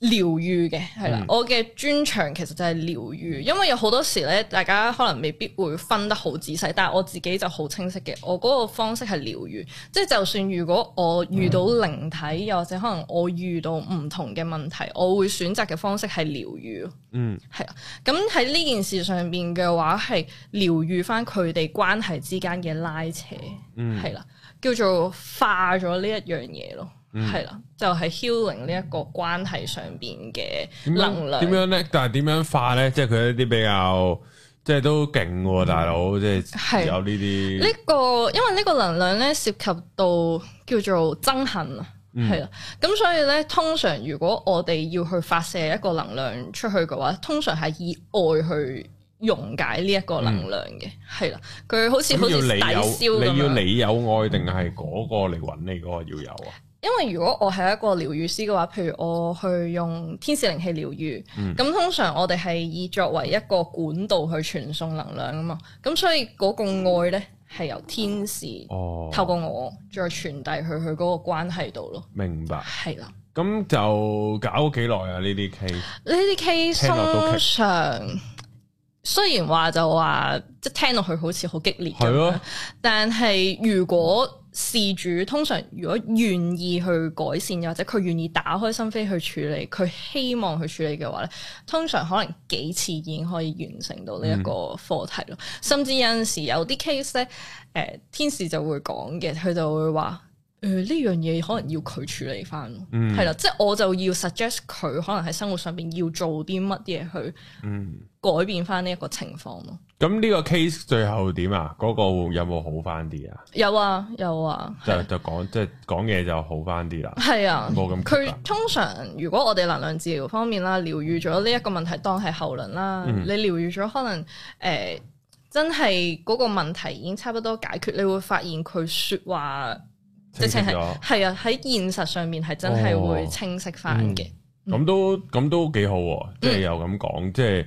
Speaker 3: 療愈嘅，係啦
Speaker 1: 嗯，
Speaker 3: 我嘅專長其實就係療愈，因為有好多時咧，大家可能未必會分得好仔細，但係我自己就好清晰嘅，我嗰個方式係療愈，即係就算如果我遇到
Speaker 1: 嗯
Speaker 3: 靈體，又或者可能我遇到唔同嘅問題，我會選擇嘅方式係療愈。
Speaker 1: 嗯
Speaker 3: 係啊，咁喺呢件事上邊嘅話，係療愈翻佢哋關係之間嘅拉扯，
Speaker 1: 嗯
Speaker 3: 係啦、叫做化咗呢一樣嘢咯，
Speaker 1: 嗯
Speaker 3: 係啦、就係 healing 呢一個關係上邊嘅
Speaker 1: 點
Speaker 3: 能
Speaker 1: 樣
Speaker 3: 量。
Speaker 1: 點樣咧？但係點樣化咧？即係佢一啲比較，即係都勁喎，大佬，即係
Speaker 3: 嗯係
Speaker 1: 有呢啲
Speaker 3: 呢、個因為呢個能量咧涉及到叫做憎恨啊，
Speaker 1: 嗯
Speaker 3: 係啦、咁所以咧通常如果我哋要去發射一個能量出去嘅話，通常係以愛去溶解呢一個能量嘅，係啦、佢好似好
Speaker 1: 嗯咁
Speaker 3: 似抵
Speaker 1: 要你
Speaker 3: 消
Speaker 1: 有，
Speaker 3: 咁
Speaker 1: 你要
Speaker 3: 樣。
Speaker 1: 你有愛定係嗰個嚟揾你嗰個要有啊？
Speaker 3: 因為如果我係一個療愈師嘅話，譬如我去用天使靈氣療愈，
Speaker 1: 嗯
Speaker 3: 咁、通常我哋係以作為一個管道去傳送能量啊嘛，咁所以嗰個愛咧係由天使。
Speaker 1: 哦，
Speaker 3: 透過我再傳遞去佢嗰個關係度咯。
Speaker 1: 明白。
Speaker 3: 係啦，
Speaker 1: 咁就搞咗幾耐啊？呢啲 case
Speaker 3: 呢啲 case
Speaker 1: 聽落都
Speaker 3: 通常雖然話就話即係聽落去好似好激烈咁啊
Speaker 1: 係咯
Speaker 3: 樣，但係如果事主通常如果願意去改善，又或者佢願意打開心扉去處理，佢希望去處理嘅話咧，通常可能幾次已經可以完成到呢一個
Speaker 1: 嗯
Speaker 3: 課題咯。甚至有陣時有啲 case 咧，誒、天使就會講嘅，佢就會話。誒呢樣嘢可能要佢處理翻咯，
Speaker 1: 嗯
Speaker 3: 係啦、即係我就要 suggest 佢可能喺生活上邊要做啲乜嘢去
Speaker 1: 嗯。
Speaker 3: 改變翻呢一個情況咯。
Speaker 1: 咁呢個 case 最後點啊？嗰、個有冇好翻啲啊？
Speaker 3: 有啊，有啊，
Speaker 1: 就就講即係講嘢就好翻啲啦。
Speaker 3: 係啊，
Speaker 1: 冇咁
Speaker 3: 佢
Speaker 1: 複雜
Speaker 3: 通常如果我哋能量治療方面啦，療愈咗呢一個問題，當係後輪啦，
Speaker 1: 嗯
Speaker 3: 你療愈咗可能誒、呃真係嗰個問題已經差不多解決，你會發現佢説話直情
Speaker 1: 清晰
Speaker 3: 係
Speaker 1: 咗
Speaker 3: 係啊喺現實上面係真係
Speaker 1: 哦
Speaker 3: 會清晰翻嘅。
Speaker 1: 咁都咁都幾好喎，即係又咁講，即係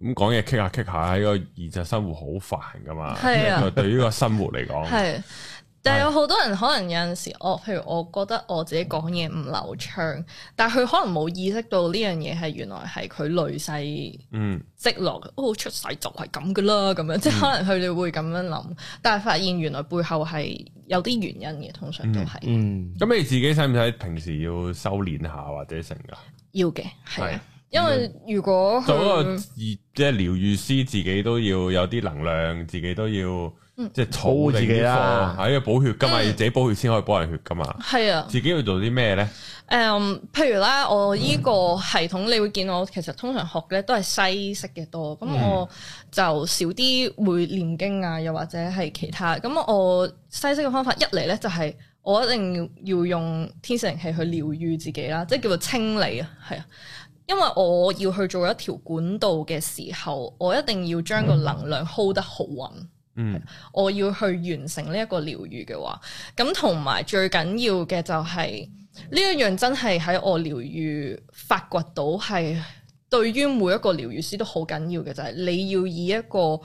Speaker 1: 咁講嘢棘下棘下喺個現實生活好煩噶嘛。
Speaker 3: 係啊
Speaker 1: 即係對於個生活嚟 講，
Speaker 3: 係，但係有好多人可能有陣時，我譬如我覺得我自己講嘢唔流暢，但係佢可能冇意識到呢樣嘢係原來係佢累世
Speaker 1: 嗯
Speaker 3: 積落，哦出世就係咁噶啦，咁樣即係可能佢哋會咁樣諗，但係發現原來背後係有啲原因嘅，通常都係、
Speaker 2: 嗯，
Speaker 1: 咁你自己使唔使平時要修練下或者成噶？
Speaker 3: 要嘅，係
Speaker 1: 係
Speaker 3: 啊，因為如果
Speaker 1: 做一個
Speaker 3: 佢
Speaker 1: 自即係療愈師，自己都要有啲能量，自己都要即係
Speaker 2: 保護
Speaker 1: 儲
Speaker 2: 自己啦
Speaker 1: 係要補血噶嘛，要自己補血先可以補人血噶嘛。
Speaker 3: 係啊。
Speaker 1: 自己要做啲咩咧？
Speaker 3: 誒、譬如啦，我依個系統，你會見我其實通常學嘅都係西式嘅多，咁我就少啲會念經啊，又或者係其他。咁我西式嘅方法一嚟咧就係、我一定要用天使靈氣去療愈自己啦，即係叫做清理啊，係啊。因為我要去做一條管道嘅時候，我一定要將個能量 hold 得好穩。啊
Speaker 1: 嗯
Speaker 3: 我要去完成呢一個療愈嘅話，咁同埋最緊要嘅就係呢一樣真係喺我療愈發掘到係對於每一個療愈師都好緊要嘅，就係、你要以一個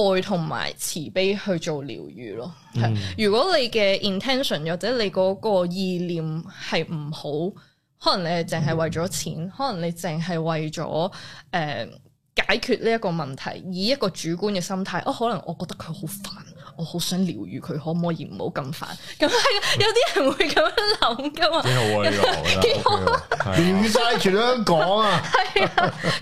Speaker 3: 愛同埋慈悲去做療愈咯。係如果你嘅 intention 或者你嗰個意念係唔好，可能你係淨係為咗錢，可能你淨係為咗誒、呃解決呢一個問題，以一個主觀嘅心態，哦，可能我覺得佢好煩，我好想療愈佢，可唔可以唔好咁煩？咁係有啲人會咁樣諗噶嘛
Speaker 1: 幾。好啊呢個，我覺 得 OK 喎係 啊
Speaker 2: 療愈晒全香港啊！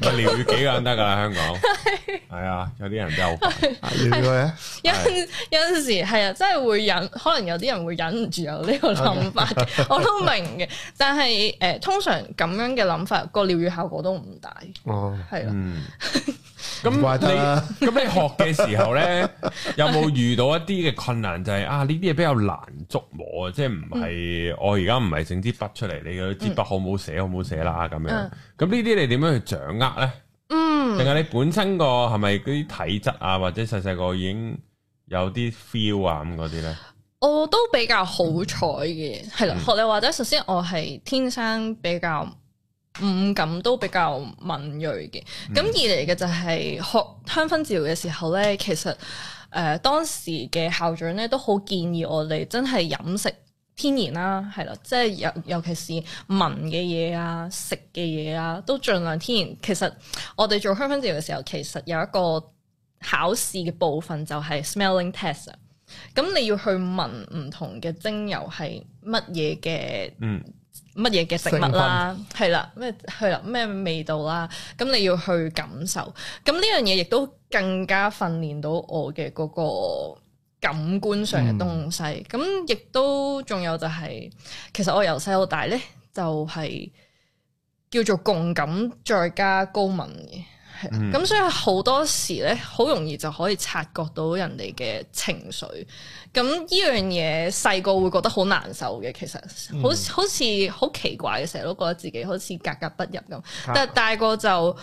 Speaker 1: 咪療愈幾個人得噶啦，香 港係啊，有啲人真係好煩，
Speaker 2: 療愈佢啊！
Speaker 3: 有陣有陣時係啊，真係會忍，可能有啲人會忍唔住有呢個諗法嘅，我都明嘅。但係誒、呃通常咁樣嘅諗法，個療愈效果都唔大，
Speaker 2: 哦，
Speaker 3: 係啦。
Speaker 1: 嗯。
Speaker 2: 唔怪
Speaker 1: 咁
Speaker 2: 得啦
Speaker 1: 你咁你學嘅時候咧， 有冇遇到一啲嘅困難？就係、啊呢啲嘢比較難捉摸啊，即係唔係
Speaker 3: 嗯
Speaker 1: 我而家唔係整支筆出嚟，你嗰支筆好唔好寫，好唔好寫啦咁樣。咁
Speaker 3: 嗯
Speaker 1: 呢啲你點樣去掌握咧？
Speaker 3: 嗯。
Speaker 1: 定係你本身個係咪嗰啲體質啊，或者細細個已經有啲 feel 啊咁嗰啲咧？
Speaker 3: 我都比較好彩嘅，係啦。學你話齋，首先我係天生比較五感都比較敏鋭嘅。咁、二嚟嘅就係學香薰治療嘅時候咧，其實誒、呃、當時嘅校長咧都好建議我哋真係飲食。天然啦，係啦，即係尤尤其是聞嘅嘢啊、食嘅嘢啊，都盡量天然。其實我哋做香薰治療嘅時候，其實有一個考試嘅部分就係 smelling test 啊。咁你要去聞唔同嘅精油係乜嘢嘅
Speaker 1: 嗯，
Speaker 3: 乜嘢嘅食物啦，係啦，咩係啦，咩味道啦，咁你要去感受。咁呢樣嘢亦都更加訓練到我嘅嗰個感官上嘅東西。咁亦、都仲有就係、其實我由細到大咧，就係、叫做共感再加高敏嘅。係啦
Speaker 1: 嗯
Speaker 3: 咁、所以好多時咧，好容易就可以察覺到人哋嘅情緒。咁呢樣嘢細個會覺得好難受嘅，其實好好似好奇怪嘅，成日都覺得自己好似格格不入咁。但係大個就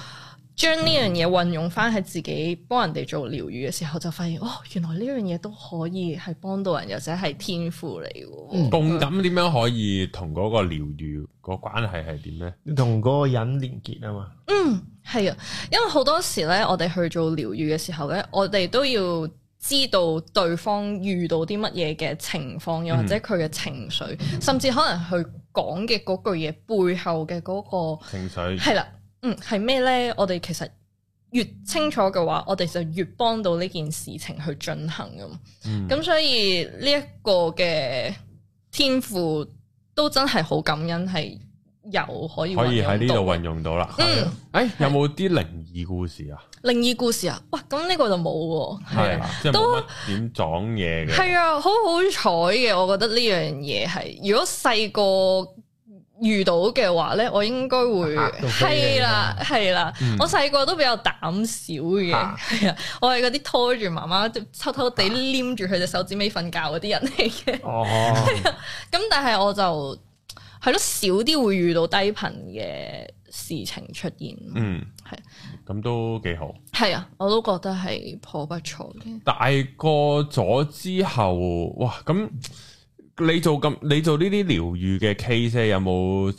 Speaker 3: 將呢樣嘢運用翻喺自己幫人哋做療愈嘅時候，就發現哦，原來呢樣嘢都可以係幫到人，又或者係天賦嚟嘅喎。
Speaker 1: 共感點樣可以同嗰個療愈個關係係點咧？
Speaker 2: 同嗰個人連結啊嘛，
Speaker 3: 係啊，因為好多時咧，我哋去做療愈嘅時候咧，我哋都要知道對方遇到啲乜嘢嘅情況，又或者佢嘅情緒，甚至可能佢講嘅嗰句嘢背後嘅嗰、個
Speaker 1: 情緒
Speaker 3: 係啦，嗯，係咩咧？我哋其實越清楚嘅話，我哋就越幫到呢件事情去進行咁。
Speaker 1: 嗯
Speaker 3: 咁、所以呢一個嘅天賦都真係好感恩，係有可以
Speaker 1: 可以喺呢度
Speaker 3: 運用到
Speaker 1: 運用啊到啦。
Speaker 3: 嗯。
Speaker 1: 誒，有冇啲靈異故事啊？
Speaker 3: 靈異故事啊，哇！咁呢個就冇喎，係
Speaker 1: 係
Speaker 3: 啊，
Speaker 1: 即係
Speaker 3: 都
Speaker 1: 冇乜點撞嘢嘅。
Speaker 3: 係啊，好好彩嘅，我覺得呢樣嘢係，如果細個遇到嘅話咧，我應該會
Speaker 2: 嚇到飛你
Speaker 3: 係啦，係啦
Speaker 1: 嗯，
Speaker 3: 我細個都比較膽小嘅，
Speaker 2: 嚇
Speaker 3: 係啊，我係嗰啲拖住媽媽偷偷地黏住佢隻手指尾瞓覺嗰啲人嚟嘅，
Speaker 2: 哦，
Speaker 3: 咁但係我就係咯，少啲會遇到低頻嘅事情出現，
Speaker 1: 嗯，
Speaker 3: 係
Speaker 1: 咁都幾好。
Speaker 3: 係啊，我都覺得係頗不錯嘅。
Speaker 1: 大個咗之後，哇！咁你做咁你做呢啲療愈嘅 case 呢有冇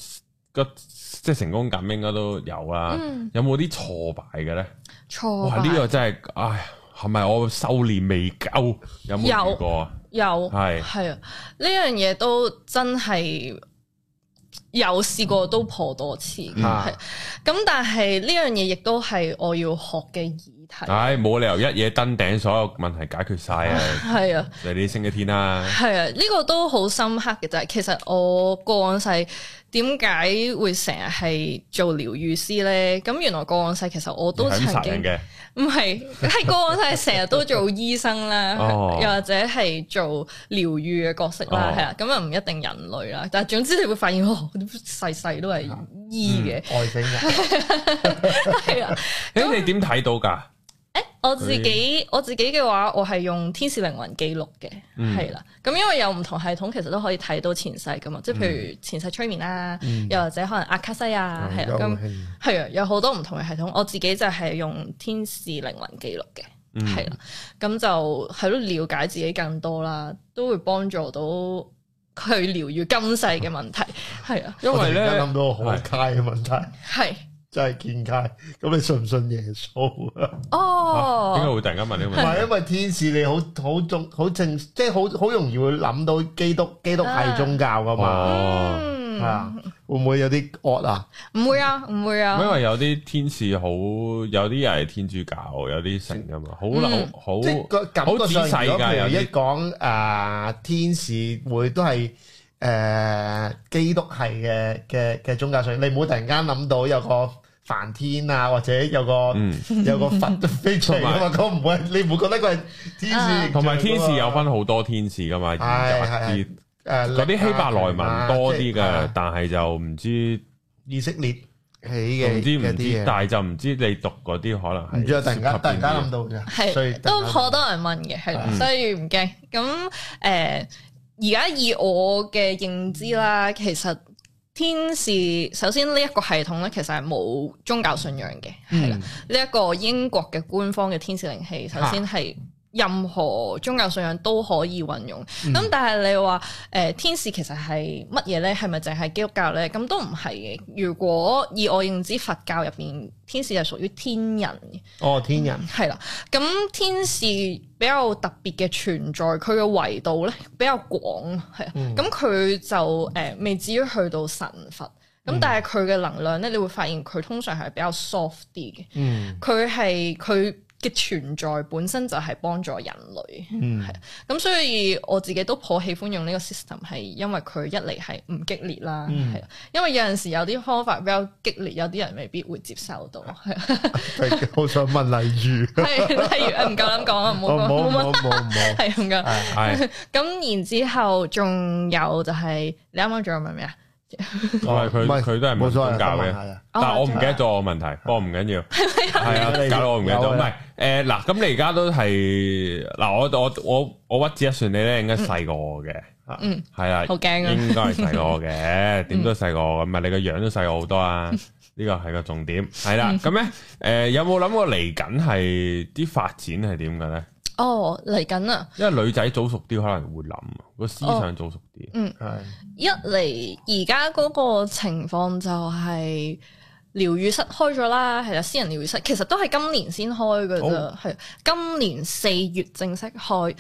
Speaker 1: 個即係成功感應該都有啦。
Speaker 3: 嗯
Speaker 1: 有冇啲挫敗嘅咧？
Speaker 3: 錯
Speaker 1: 哇！
Speaker 3: 吧
Speaker 1: 呢、個真係，唉，係咪我修練未夠？有冇遇過啊？
Speaker 3: 有
Speaker 1: 係
Speaker 3: 係啊，呢樣嘢都真係有試過都破多次，
Speaker 1: 嗯
Speaker 3: 係
Speaker 2: 啊
Speaker 3: 咁、但係呢樣嘢亦都係我要學嘅議題，
Speaker 1: 唉，冇理由一嘢登頂，所有問題解決晒 啊！
Speaker 3: 係啊。
Speaker 1: 你啲升一天啦，
Speaker 3: 係啊，呢、個都好深刻嘅就係，其實我個案細點解會成日係做療愈師咧？咁原來個案細其實我都
Speaker 1: 係咁
Speaker 3: 曾
Speaker 1: 殺人
Speaker 3: 經
Speaker 1: 嘅，
Speaker 3: 唔係，係個案係成日都做醫生啦，
Speaker 1: 哦
Speaker 3: 又或者係做療愈嘅角色啦，
Speaker 1: 哦
Speaker 3: 係啦、咁啊唔一定人類啦，但係總之你會發現，哦，細細都係醫嘅，
Speaker 2: 外星人
Speaker 1: 嗯
Speaker 3: 係啊啦、
Speaker 1: 誒、你點睇到噶？
Speaker 3: 誒，我自己我自己嘅話，我係用天使靈魂記錄嘅，
Speaker 1: 嗯
Speaker 3: 係啦、咁因為有唔同系統，其實都可以睇到前世噶嘛，即係譬如前世催眠啦，又或者可能阿卡西 啊，係啦、咁係啊，有好多唔同嘅系統。我自己就係用天使靈魂記錄嘅。
Speaker 1: 嗯
Speaker 3: 係啦，咁就係咯，了解自己更多啦，都會幫助到佢療愈今世嘅問題。係啊，
Speaker 1: 因為
Speaker 2: 我突然
Speaker 1: 咧
Speaker 2: 間諗到個好街嘅問題，
Speaker 3: 係
Speaker 2: 真係見街。咁你信唔信耶穌啊？
Speaker 1: 點解
Speaker 3: 哦，
Speaker 1: 會突然間問呢
Speaker 2: 唔
Speaker 1: 個問題？
Speaker 2: 係因為天使你好好重好正，即係好好容易會諗到基督基督係宗教噶嘛，
Speaker 1: 哦。
Speaker 2: 係
Speaker 3: 嗯，
Speaker 2: 啊，會唔會有啲惡啊？
Speaker 3: 唔會啊，唔會
Speaker 1: 因
Speaker 3: 啊，
Speaker 1: 為有啲天使好，有啲人係天主教，有啲成噶嘛，好流
Speaker 3: 嗯
Speaker 1: 好
Speaker 2: 即係個感覺
Speaker 1: 好仔
Speaker 2: 上，
Speaker 1: 細㗎
Speaker 2: 如果譬如
Speaker 1: 有啲
Speaker 2: 一講誒天使會都係誒基督係嘅嘅嘅宗教上，你唔好突然間諗到有個梵天啊，或者有個
Speaker 1: 嗯，
Speaker 2: 有個佛 飛出嚟噶嘛，嗰唔會你唔會覺得佢係天使，
Speaker 1: 啊同埋天使有分好多天使噶嘛，而
Speaker 2: 係係
Speaker 1: 家
Speaker 2: 係誒
Speaker 1: 嗰啲希伯來
Speaker 2: 啊
Speaker 1: 文多啲嘅，但係就唔知
Speaker 2: 以色列起
Speaker 1: 唔
Speaker 2: 嘅
Speaker 1: 知
Speaker 2: 嘅
Speaker 1: 唔知，
Speaker 2: 啲嘢，
Speaker 1: 但係就唔知你讀嗰啲可能係
Speaker 2: 唔知啊！突然間
Speaker 1: 涉及
Speaker 2: 突然間
Speaker 1: 邊啲
Speaker 2: 諗到嘅，所以突
Speaker 3: 係
Speaker 2: 然
Speaker 3: 都
Speaker 2: 間
Speaker 3: 好多人問嘅，係啦
Speaker 1: 嗯，
Speaker 3: 所以唔驚。咁誒，而家以我嘅認知啦，其實天使首先呢一個系統咧，其實係冇宗教信仰嘅，係啦。
Speaker 2: 嗯
Speaker 3: 呢一個英國嘅官方嘅天使靈氣，首先係任何宗教信仰都可以運用。
Speaker 2: 嗯
Speaker 3: 咁、但係你話誒、呃天使其實係乜嘢咧？係咪淨係基督教咧？咁都唔係嘅。如果以我認知佛教入邊，天使係屬於天人嘅。
Speaker 2: 哦，天人，
Speaker 3: 係啦，咁天使比較特別嘅存在，佢嘅維度咧比較廣，係啊，咁佢、就誒、呃未至於去到神佛，咁、但係佢嘅能量咧，你會發現佢通常係比較 soft 啲嘅，
Speaker 2: 嗯
Speaker 3: 佢係佢嘅存在本身就係幫助人類，啊
Speaker 2: 嗯
Speaker 3: 咁所以我自己都頗喜歡用呢個 system，係因為佢一嚟係唔激烈啦，係啦、因為有陣時有啲方法比較激烈，有啲人未必會接受到， 係啊
Speaker 2: 好想問例如，
Speaker 3: 係例如誒唔夠膽講啊，唔好
Speaker 2: 我
Speaker 3: 講，
Speaker 2: 冇
Speaker 3: 冇乜
Speaker 2: 冇冇冇，
Speaker 3: 係咁
Speaker 1: 啊
Speaker 3: 噶。
Speaker 1: 係，
Speaker 3: 咁然之後仲有就係、你啱啱仲有問咩啊？
Speaker 1: 我係佢
Speaker 2: 唔係
Speaker 1: 佢都係
Speaker 2: 冇
Speaker 1: 問
Speaker 2: 所
Speaker 1: 宗
Speaker 2: 謂
Speaker 1: 教
Speaker 2: 得問
Speaker 1: 嘅
Speaker 2: 下。啫
Speaker 1: 但係我唔
Speaker 3: 仲
Speaker 1: 記
Speaker 3: 有
Speaker 1: 得咗我問題，不過唔緊要，係啊，
Speaker 2: 有
Speaker 1: 搞到我唔記得
Speaker 2: 有
Speaker 1: 咗。
Speaker 2: 啊
Speaker 1: 唔係誒嗱，咁你而家都係嗱，我我我我屈指一算，你咧應該細過我嘅，
Speaker 3: 嗯，
Speaker 1: 係啦，
Speaker 3: 好驚啊
Speaker 1: 應該係細過我嘅，點都細過我，唔係你個樣都細我好多啊。呢個係個重點，係啦。咁咧誒，有冇諗過嚟緊係啲發展係點嘅咧？
Speaker 3: 哦，嚟緊啊！
Speaker 1: 因為女仔早熟啲，可能會諗啊個思想早熟啲。
Speaker 2: 係
Speaker 3: 一嚟而家嗰個情況就係療癒室開咗啦，係啦，私人療癒室其實都係今年先開嘅啫，
Speaker 2: 好
Speaker 3: 係、今年四月正式開。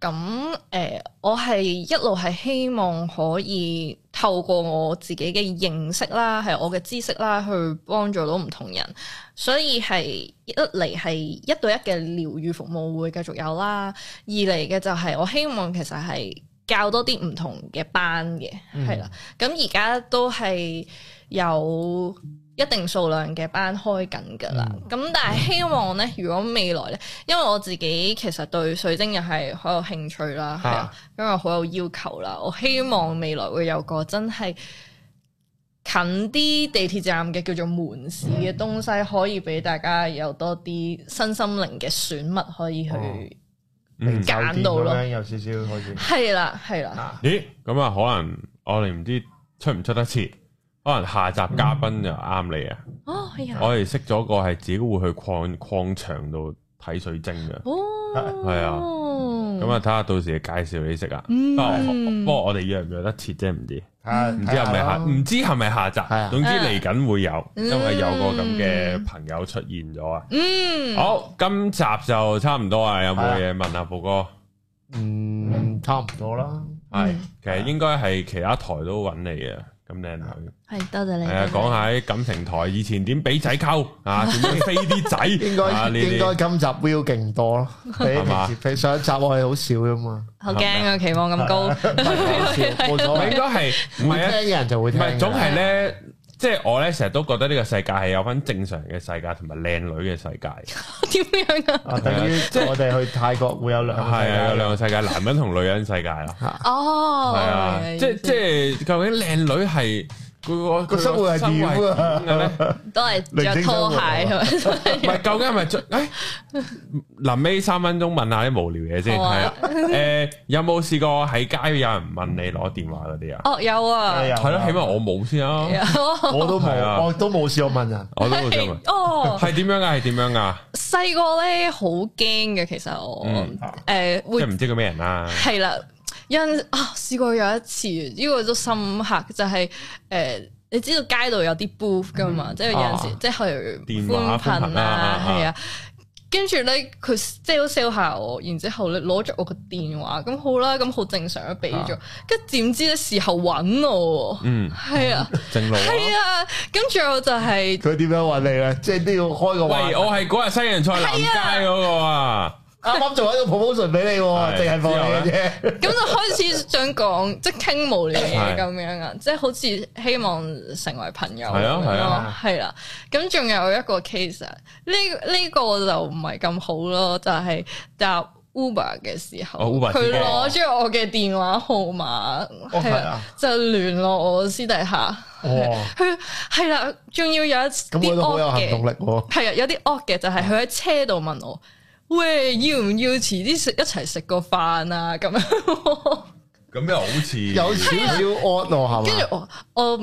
Speaker 3: 咁誒、呃我係一路係希望可以透過我自己嘅認識啦，係我嘅知識啦，去幫助到唔同人。所以係一嚟係一對一嘅療愈服務會繼續有啦，二嚟嘅就係我希望其實係教多啲唔同嘅班嘅，係啦、咁而家都係有一定數量嘅班開緊㗎啦。咁、但係希望呢，如果未來呢，因為我自己其實對水晶又係好有興趣啦，係啊
Speaker 2: 啊，
Speaker 3: 因為好有要求啦。我希望未來會有個真係。近啲地鐵站嘅叫做門市嘅東西，可以俾大家有多啲身心靈嘅選物可以去
Speaker 2: 哦
Speaker 1: 嗯
Speaker 3: 揀到咯
Speaker 2: 酒店咁樣有少少好似
Speaker 3: 係啦係啦，
Speaker 2: 啊
Speaker 1: 咦，咁啊，可能我哋唔知出唔出得切，可能下集嘉賓就啱你啊！
Speaker 3: 哦係啊，
Speaker 1: 我哋識咗個係自己會去礦礦場度睇水晶嘅，
Speaker 3: 哦
Speaker 1: 係啊咁
Speaker 3: 咁
Speaker 1: 啊睇下到時介紹你識啊。
Speaker 3: 嗯
Speaker 1: 不過我不過我哋約唔約得切啫，唔知
Speaker 2: 睇
Speaker 1: 唔知係咪下唔知係咪下集
Speaker 2: 啊係啊，
Speaker 1: 總之嚟緊會有，
Speaker 3: 嗯
Speaker 1: 因為有個咁嘅朋友出現咗啊。
Speaker 3: 嗯
Speaker 1: 好，今集就差唔多啊，有冇嘢問啊，寶哥？
Speaker 2: 嗯差唔多啦，
Speaker 1: 係，其實應該係其他台都揾你嘅，咁靚女。
Speaker 3: 係多謝你，
Speaker 1: 系啊，講下啲感情台以前點俾仔溝啊，點樣飛啲仔，
Speaker 2: 應該
Speaker 1: 啊呢
Speaker 2: 應該
Speaker 1: 啲
Speaker 2: 今集 view 勁多咯，比
Speaker 1: 係嘛
Speaker 2: 平時比上一集我係好少噶嘛，
Speaker 3: 好驚啊期望咁高，
Speaker 2: 冇所
Speaker 1: 咪應
Speaker 2: 謂，
Speaker 1: 該係唔
Speaker 2: 會
Speaker 1: 係啊？
Speaker 2: 聽嘅人就會
Speaker 1: 唔
Speaker 2: 聽㗎啦，
Speaker 1: 係總係咧，即係我咧成日都覺得呢個世界係有分正常嘅世界同埋靚女嘅世界，
Speaker 3: 點樣啊？
Speaker 2: 啊，等於
Speaker 1: 即係
Speaker 2: 我哋去泰國會有兩個世
Speaker 1: 係
Speaker 2: 界
Speaker 1: 啊，有兩個世界，男人同女人世界咯，
Speaker 3: 哦
Speaker 1: 係啊，即係即係究竟靚女係佢個
Speaker 2: 個生活係點啊
Speaker 1: 佢個生活係點嘅咧？
Speaker 3: 都係着拖鞋係咪？
Speaker 1: 唔係，究竟係咪着？誒，臨尾三分鐘問下啲無聊嘢先，
Speaker 3: 好啊
Speaker 1: 係啊。誒，有冇試過喺街有人問你攞電話嗰啲啊？
Speaker 3: 哦有啊，
Speaker 2: 有啊
Speaker 1: 係咯，起碼我冇先啊，
Speaker 3: 有
Speaker 2: 我都
Speaker 1: 係啊
Speaker 2: 冇，我都冇試過問人。
Speaker 1: 我都冇 先啊。
Speaker 3: 哦。
Speaker 1: 係點樣噶？係點樣啊噶？
Speaker 3: 細個咧好驚嘅，其實我
Speaker 1: 嗯
Speaker 3: 誒、呃、
Speaker 1: 即
Speaker 3: 會
Speaker 1: 係唔知佢咩人啊啦。
Speaker 3: 係啦，有陣啊試過有一次，呢、個都深刻，就係、呃你知道街度有啲 booth 噶嘛，即係有陣時、
Speaker 1: 啊
Speaker 3: 即係
Speaker 1: 電話寬
Speaker 3: 寬
Speaker 1: 頻
Speaker 3: 頻
Speaker 1: 啊
Speaker 3: 啊，係啊。跟住咧，佢 sell sell 下我，然之後咧攞咗我個電話，咁好啦，咁好正常都俾咗。跟住點知咧事後揾我喎，
Speaker 1: 啊嗯，
Speaker 3: 係啊，
Speaker 1: 正路啊。
Speaker 3: 係啊。咁最後就係、
Speaker 2: 佢點樣揾你咧？即係都要開個話
Speaker 1: 喂，
Speaker 2: 題，
Speaker 1: 我係嗰日西洋菜南街嗰個啊。
Speaker 2: 啱啱做緊個 promotion 俾你
Speaker 1: 係
Speaker 2: 喎，淨係放你嘅 啫。
Speaker 3: 咁就開始想講，即係傾無聊
Speaker 1: 係
Speaker 3: 嘢咁樣啊，即係好似希望成為朋友
Speaker 1: 係啊係
Speaker 2: 啊
Speaker 3: 咁樣咯係啦。咁仲有一個 case 啊，呢呢個就唔係咁好咯，就係搭 Uber 嘅時
Speaker 1: 哦
Speaker 3: 候，
Speaker 1: ，Uber
Speaker 3: 佢
Speaker 1: 司機
Speaker 3: 攞咗我嘅電話號碼，係
Speaker 2: 係
Speaker 3: 啊
Speaker 2: 啊，
Speaker 3: 就聯絡我私底下，
Speaker 2: 哦，
Speaker 3: 佢係啦，仲要有一
Speaker 2: 咁
Speaker 3: 啲
Speaker 2: 佢都好有
Speaker 3: odd
Speaker 2: 行動
Speaker 3: 嘅
Speaker 2: 力，哦喎。
Speaker 3: 係啊，有啲 odd 嘅就係佢喺車度問我。喂，要唔要遲啲食一齊食個飯啊？咁樣喎
Speaker 1: 咁又好似
Speaker 2: 有少少 odd 咯，
Speaker 3: 跟
Speaker 2: 係
Speaker 3: 住
Speaker 2: 嘛？
Speaker 3: 我我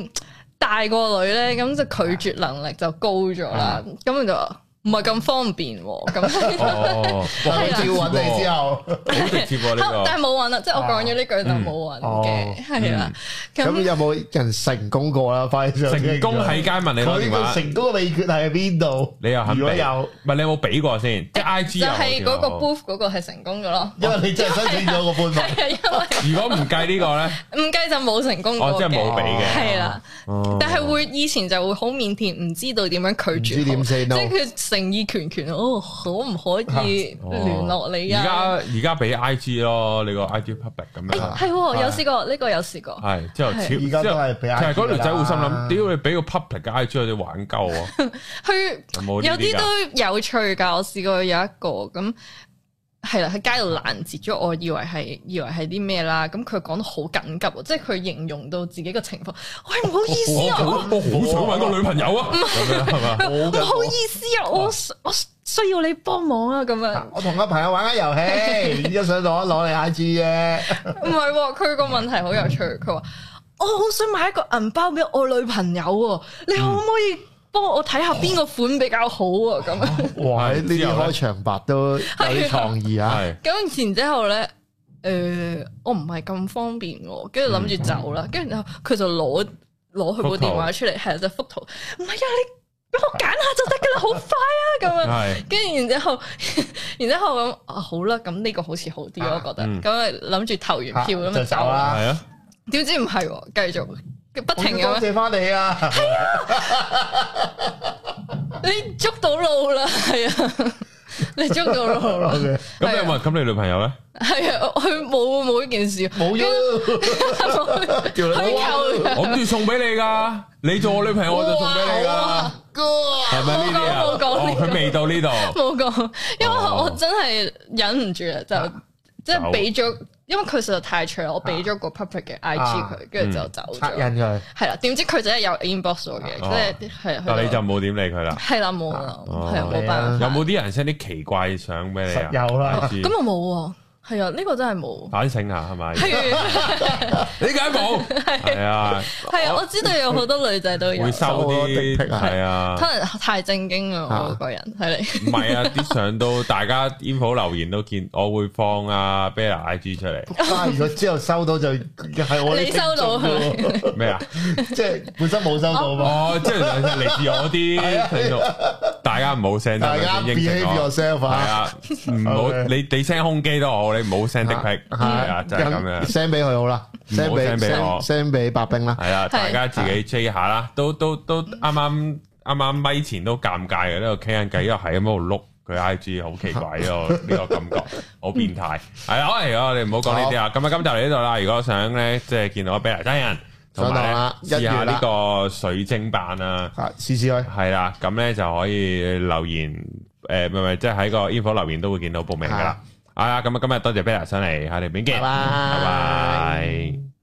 Speaker 3: 大個女咧，咁就拒絕能力就高咗啦，咁我就話唔唔係咁方便喎，咁
Speaker 1: 啊哦，哇
Speaker 3: 係啊
Speaker 2: 照揾你之後，
Speaker 1: 好直接喎呢 個，啊嗯
Speaker 3: 但係冇揾啦，即係我講咗呢句就冇揾
Speaker 2: 哦
Speaker 3: 嘅，係啦，
Speaker 2: 咁
Speaker 3: 咁
Speaker 2: 有冇人成功過啦？快啲上車
Speaker 1: 成功喺街問你攞
Speaker 2: 佢
Speaker 1: 電
Speaker 2: 個
Speaker 1: 話，
Speaker 2: 成功嘅秘訣係邊度？
Speaker 1: 你又肯俾
Speaker 2: 如果有，
Speaker 1: 唔係你有冇俾過先？即係 I G
Speaker 3: 就係嗰個 booth 嗰個係成 功嘅
Speaker 1: 哦
Speaker 3: 咯，
Speaker 2: 因為你真係申請咗個半份，
Speaker 3: 係啊，
Speaker 1: 如果唔計呢個咧，
Speaker 3: 因為唔計就冇成功過
Speaker 1: 哦即係冇俾嘅
Speaker 3: 係啦。
Speaker 1: 哦
Speaker 3: 但係會以前就會好腼腆，唔知道點樣拒絕好，
Speaker 2: 唔知點 say no
Speaker 3: 即係佢誠意拳拳，哦，可唔可以
Speaker 1: 哦
Speaker 3: 聯絡你
Speaker 1: 而家
Speaker 3: 啊？
Speaker 1: 而家俾 I G 咯，你個 I G public 咁
Speaker 3: 誒
Speaker 1: 樣。
Speaker 3: 係喎，有試過呢個有試過，
Speaker 1: 係之後超，
Speaker 3: 係
Speaker 1: 之
Speaker 2: 而家都係俾 IG
Speaker 1: 係嗰條仔會心諗，
Speaker 2: 啦
Speaker 1: 屌你俾個 public 嘅 I G 你玩鳩啊！
Speaker 3: 佢
Speaker 1: 有冇呢
Speaker 3: 有啲
Speaker 1: 㗎
Speaker 3: 都有趣㗎。我試過有一個咁係啦，喺街度攔截咗，我以為係以為係啲咩啦。咁佢講得好緊急喎，即係佢形容到自己個情況，喂唔好意思 啊，我
Speaker 1: 我好想揾個女朋友啊！咁樣係嘛？
Speaker 2: 好
Speaker 3: 唔
Speaker 2: 嘅
Speaker 3: 好意思啊，我我需要你幫忙啊咁 樣。
Speaker 2: 我同個朋友玩緊 遊戲，一想攞攞你 I G 啫，
Speaker 3: 唔係喎，啊佢個問題好有趣，佢話：我好想買一個銀包俾我女朋友喎，你可唔可以幫我睇下邊個款比較好啊？咁樣
Speaker 2: 哇！呢
Speaker 1: 係之
Speaker 2: 啲
Speaker 1: 後呢
Speaker 2: 開場白都有啲創意啊！
Speaker 1: 係
Speaker 3: 咁然之後咧，誒、我唔係咁方便喎，跟住諗住走啦，跟住然後佢就攞攞佢部電話出嚟，係就幅圖，唔係啊，你俾我揀下就得噶啦，好快啊咁樣。
Speaker 1: 係
Speaker 3: 跟住然之後， 然之後咁啊好啦，咁呢個好似好啲，我覺得
Speaker 1: 嗯
Speaker 3: 咁啊諗住投完票咁
Speaker 2: 就
Speaker 3: 就
Speaker 2: 走
Speaker 3: 走
Speaker 2: 啦
Speaker 3: 啦。
Speaker 1: 係啊！
Speaker 3: 點知唔係喎，繼續不
Speaker 2: 我
Speaker 3: 停
Speaker 2: 要多
Speaker 3: 咁樣，
Speaker 2: 謝翻你 啊！
Speaker 3: 你捉到路啦，係啊，你捉到路啦，
Speaker 1: 咁你有冇？咁你女朋友咧？
Speaker 3: 係啊，佢冇冇呢件事，
Speaker 2: 冇咗，
Speaker 3: 虛構嘅，
Speaker 1: 我諗住送俾你㗎，你做我女朋友我就送俾你㗎
Speaker 3: 哇，
Speaker 1: 係咪呢啲啊？
Speaker 3: 冇講冇講呢
Speaker 1: 哦
Speaker 3: 個
Speaker 1: 佢未到呢度，
Speaker 3: 冇講，因為
Speaker 1: 哦啊
Speaker 3: 我真係忍唔住啦，就即係俾咗，因為佢實在太脆啦，我俾咗個 public 嘅 IG
Speaker 1: 啊
Speaker 3: 佢，跟
Speaker 1: 嗯
Speaker 3: 住就走
Speaker 2: 拆
Speaker 3: 咗，
Speaker 2: 印 佢，
Speaker 3: 係啦，點知佢就係有 inbox 我嘅，
Speaker 1: 哦
Speaker 3: 即係係
Speaker 1: 但你就
Speaker 3: 係
Speaker 1: 冇點理佢啦。
Speaker 3: 係啦冇啦，
Speaker 1: 哦
Speaker 3: 係啊冇辦法，
Speaker 1: 有冇啲人 send 啲奇怪相俾你啊？
Speaker 2: 實有啦
Speaker 1: IG
Speaker 3: 咁我冇喎，係啊，呢個真係冇。
Speaker 1: 反省 下係咪？
Speaker 3: 係啊
Speaker 1: 你解冇？係啊，
Speaker 3: 係啊，我知道有好多女仔都有
Speaker 1: 會，收啲
Speaker 2: 收咗啲 pic 啊
Speaker 1: 係啊，
Speaker 3: 可能太正經
Speaker 2: 啊
Speaker 3: 啦，我個人係你，
Speaker 1: 唔係啊，啲相都大家 info 留言都見，我會放啊 Bella IG 出嚟
Speaker 2: 啊！如果之後收到就係我啲
Speaker 3: 你收到
Speaker 2: 聽眾喎
Speaker 3: 係咪？
Speaker 1: 咩啊？
Speaker 2: 即係本身冇收到嘛，
Speaker 1: 哦，即係嚟自我啲聽眾，大家唔好 send
Speaker 2: 大家
Speaker 1: 真係應
Speaker 2: behave
Speaker 1: 承我。
Speaker 2: yourself
Speaker 1: 係
Speaker 2: 啊，
Speaker 1: 啊，唔好
Speaker 2: Okay
Speaker 1: 你你 send 胸肌都好，你唔好 send 的 pic，係啊，就係咁樣，
Speaker 2: send 俾佢好啦，send 俾
Speaker 1: send 俾我
Speaker 2: send 俾白冰啦，
Speaker 1: 係啦，
Speaker 3: 係
Speaker 1: 大家自己 J 下啦，都都都啱啱啱啱咪前都尷尬嘅，喺度傾緊偈，又喺咁喺度碌佢 IG，好奇怪啊呢個呢個感覺，好變態。係啦，喂，我哋唔好講呢啲啊，咁啊，今集嚟呢度啦。如果想咧，即係見到 Bella 真人，同埋
Speaker 2: 上堂
Speaker 1: 呢
Speaker 2: 啦
Speaker 1: 試
Speaker 2: 一月
Speaker 1: 下
Speaker 2: 啦
Speaker 1: 呢個水晶版啊。
Speaker 2: 啊試試佢，
Speaker 1: 系啦，咁咧就可以留言，诶、唔係唔係，即係喺個 info 留言都啊會見到報名噶啦。係啦，咁啊，今日多謝 Bella 上嚟，下條片見，
Speaker 2: 拜
Speaker 1: 拜
Speaker 2: 拜。
Speaker 1: 拜。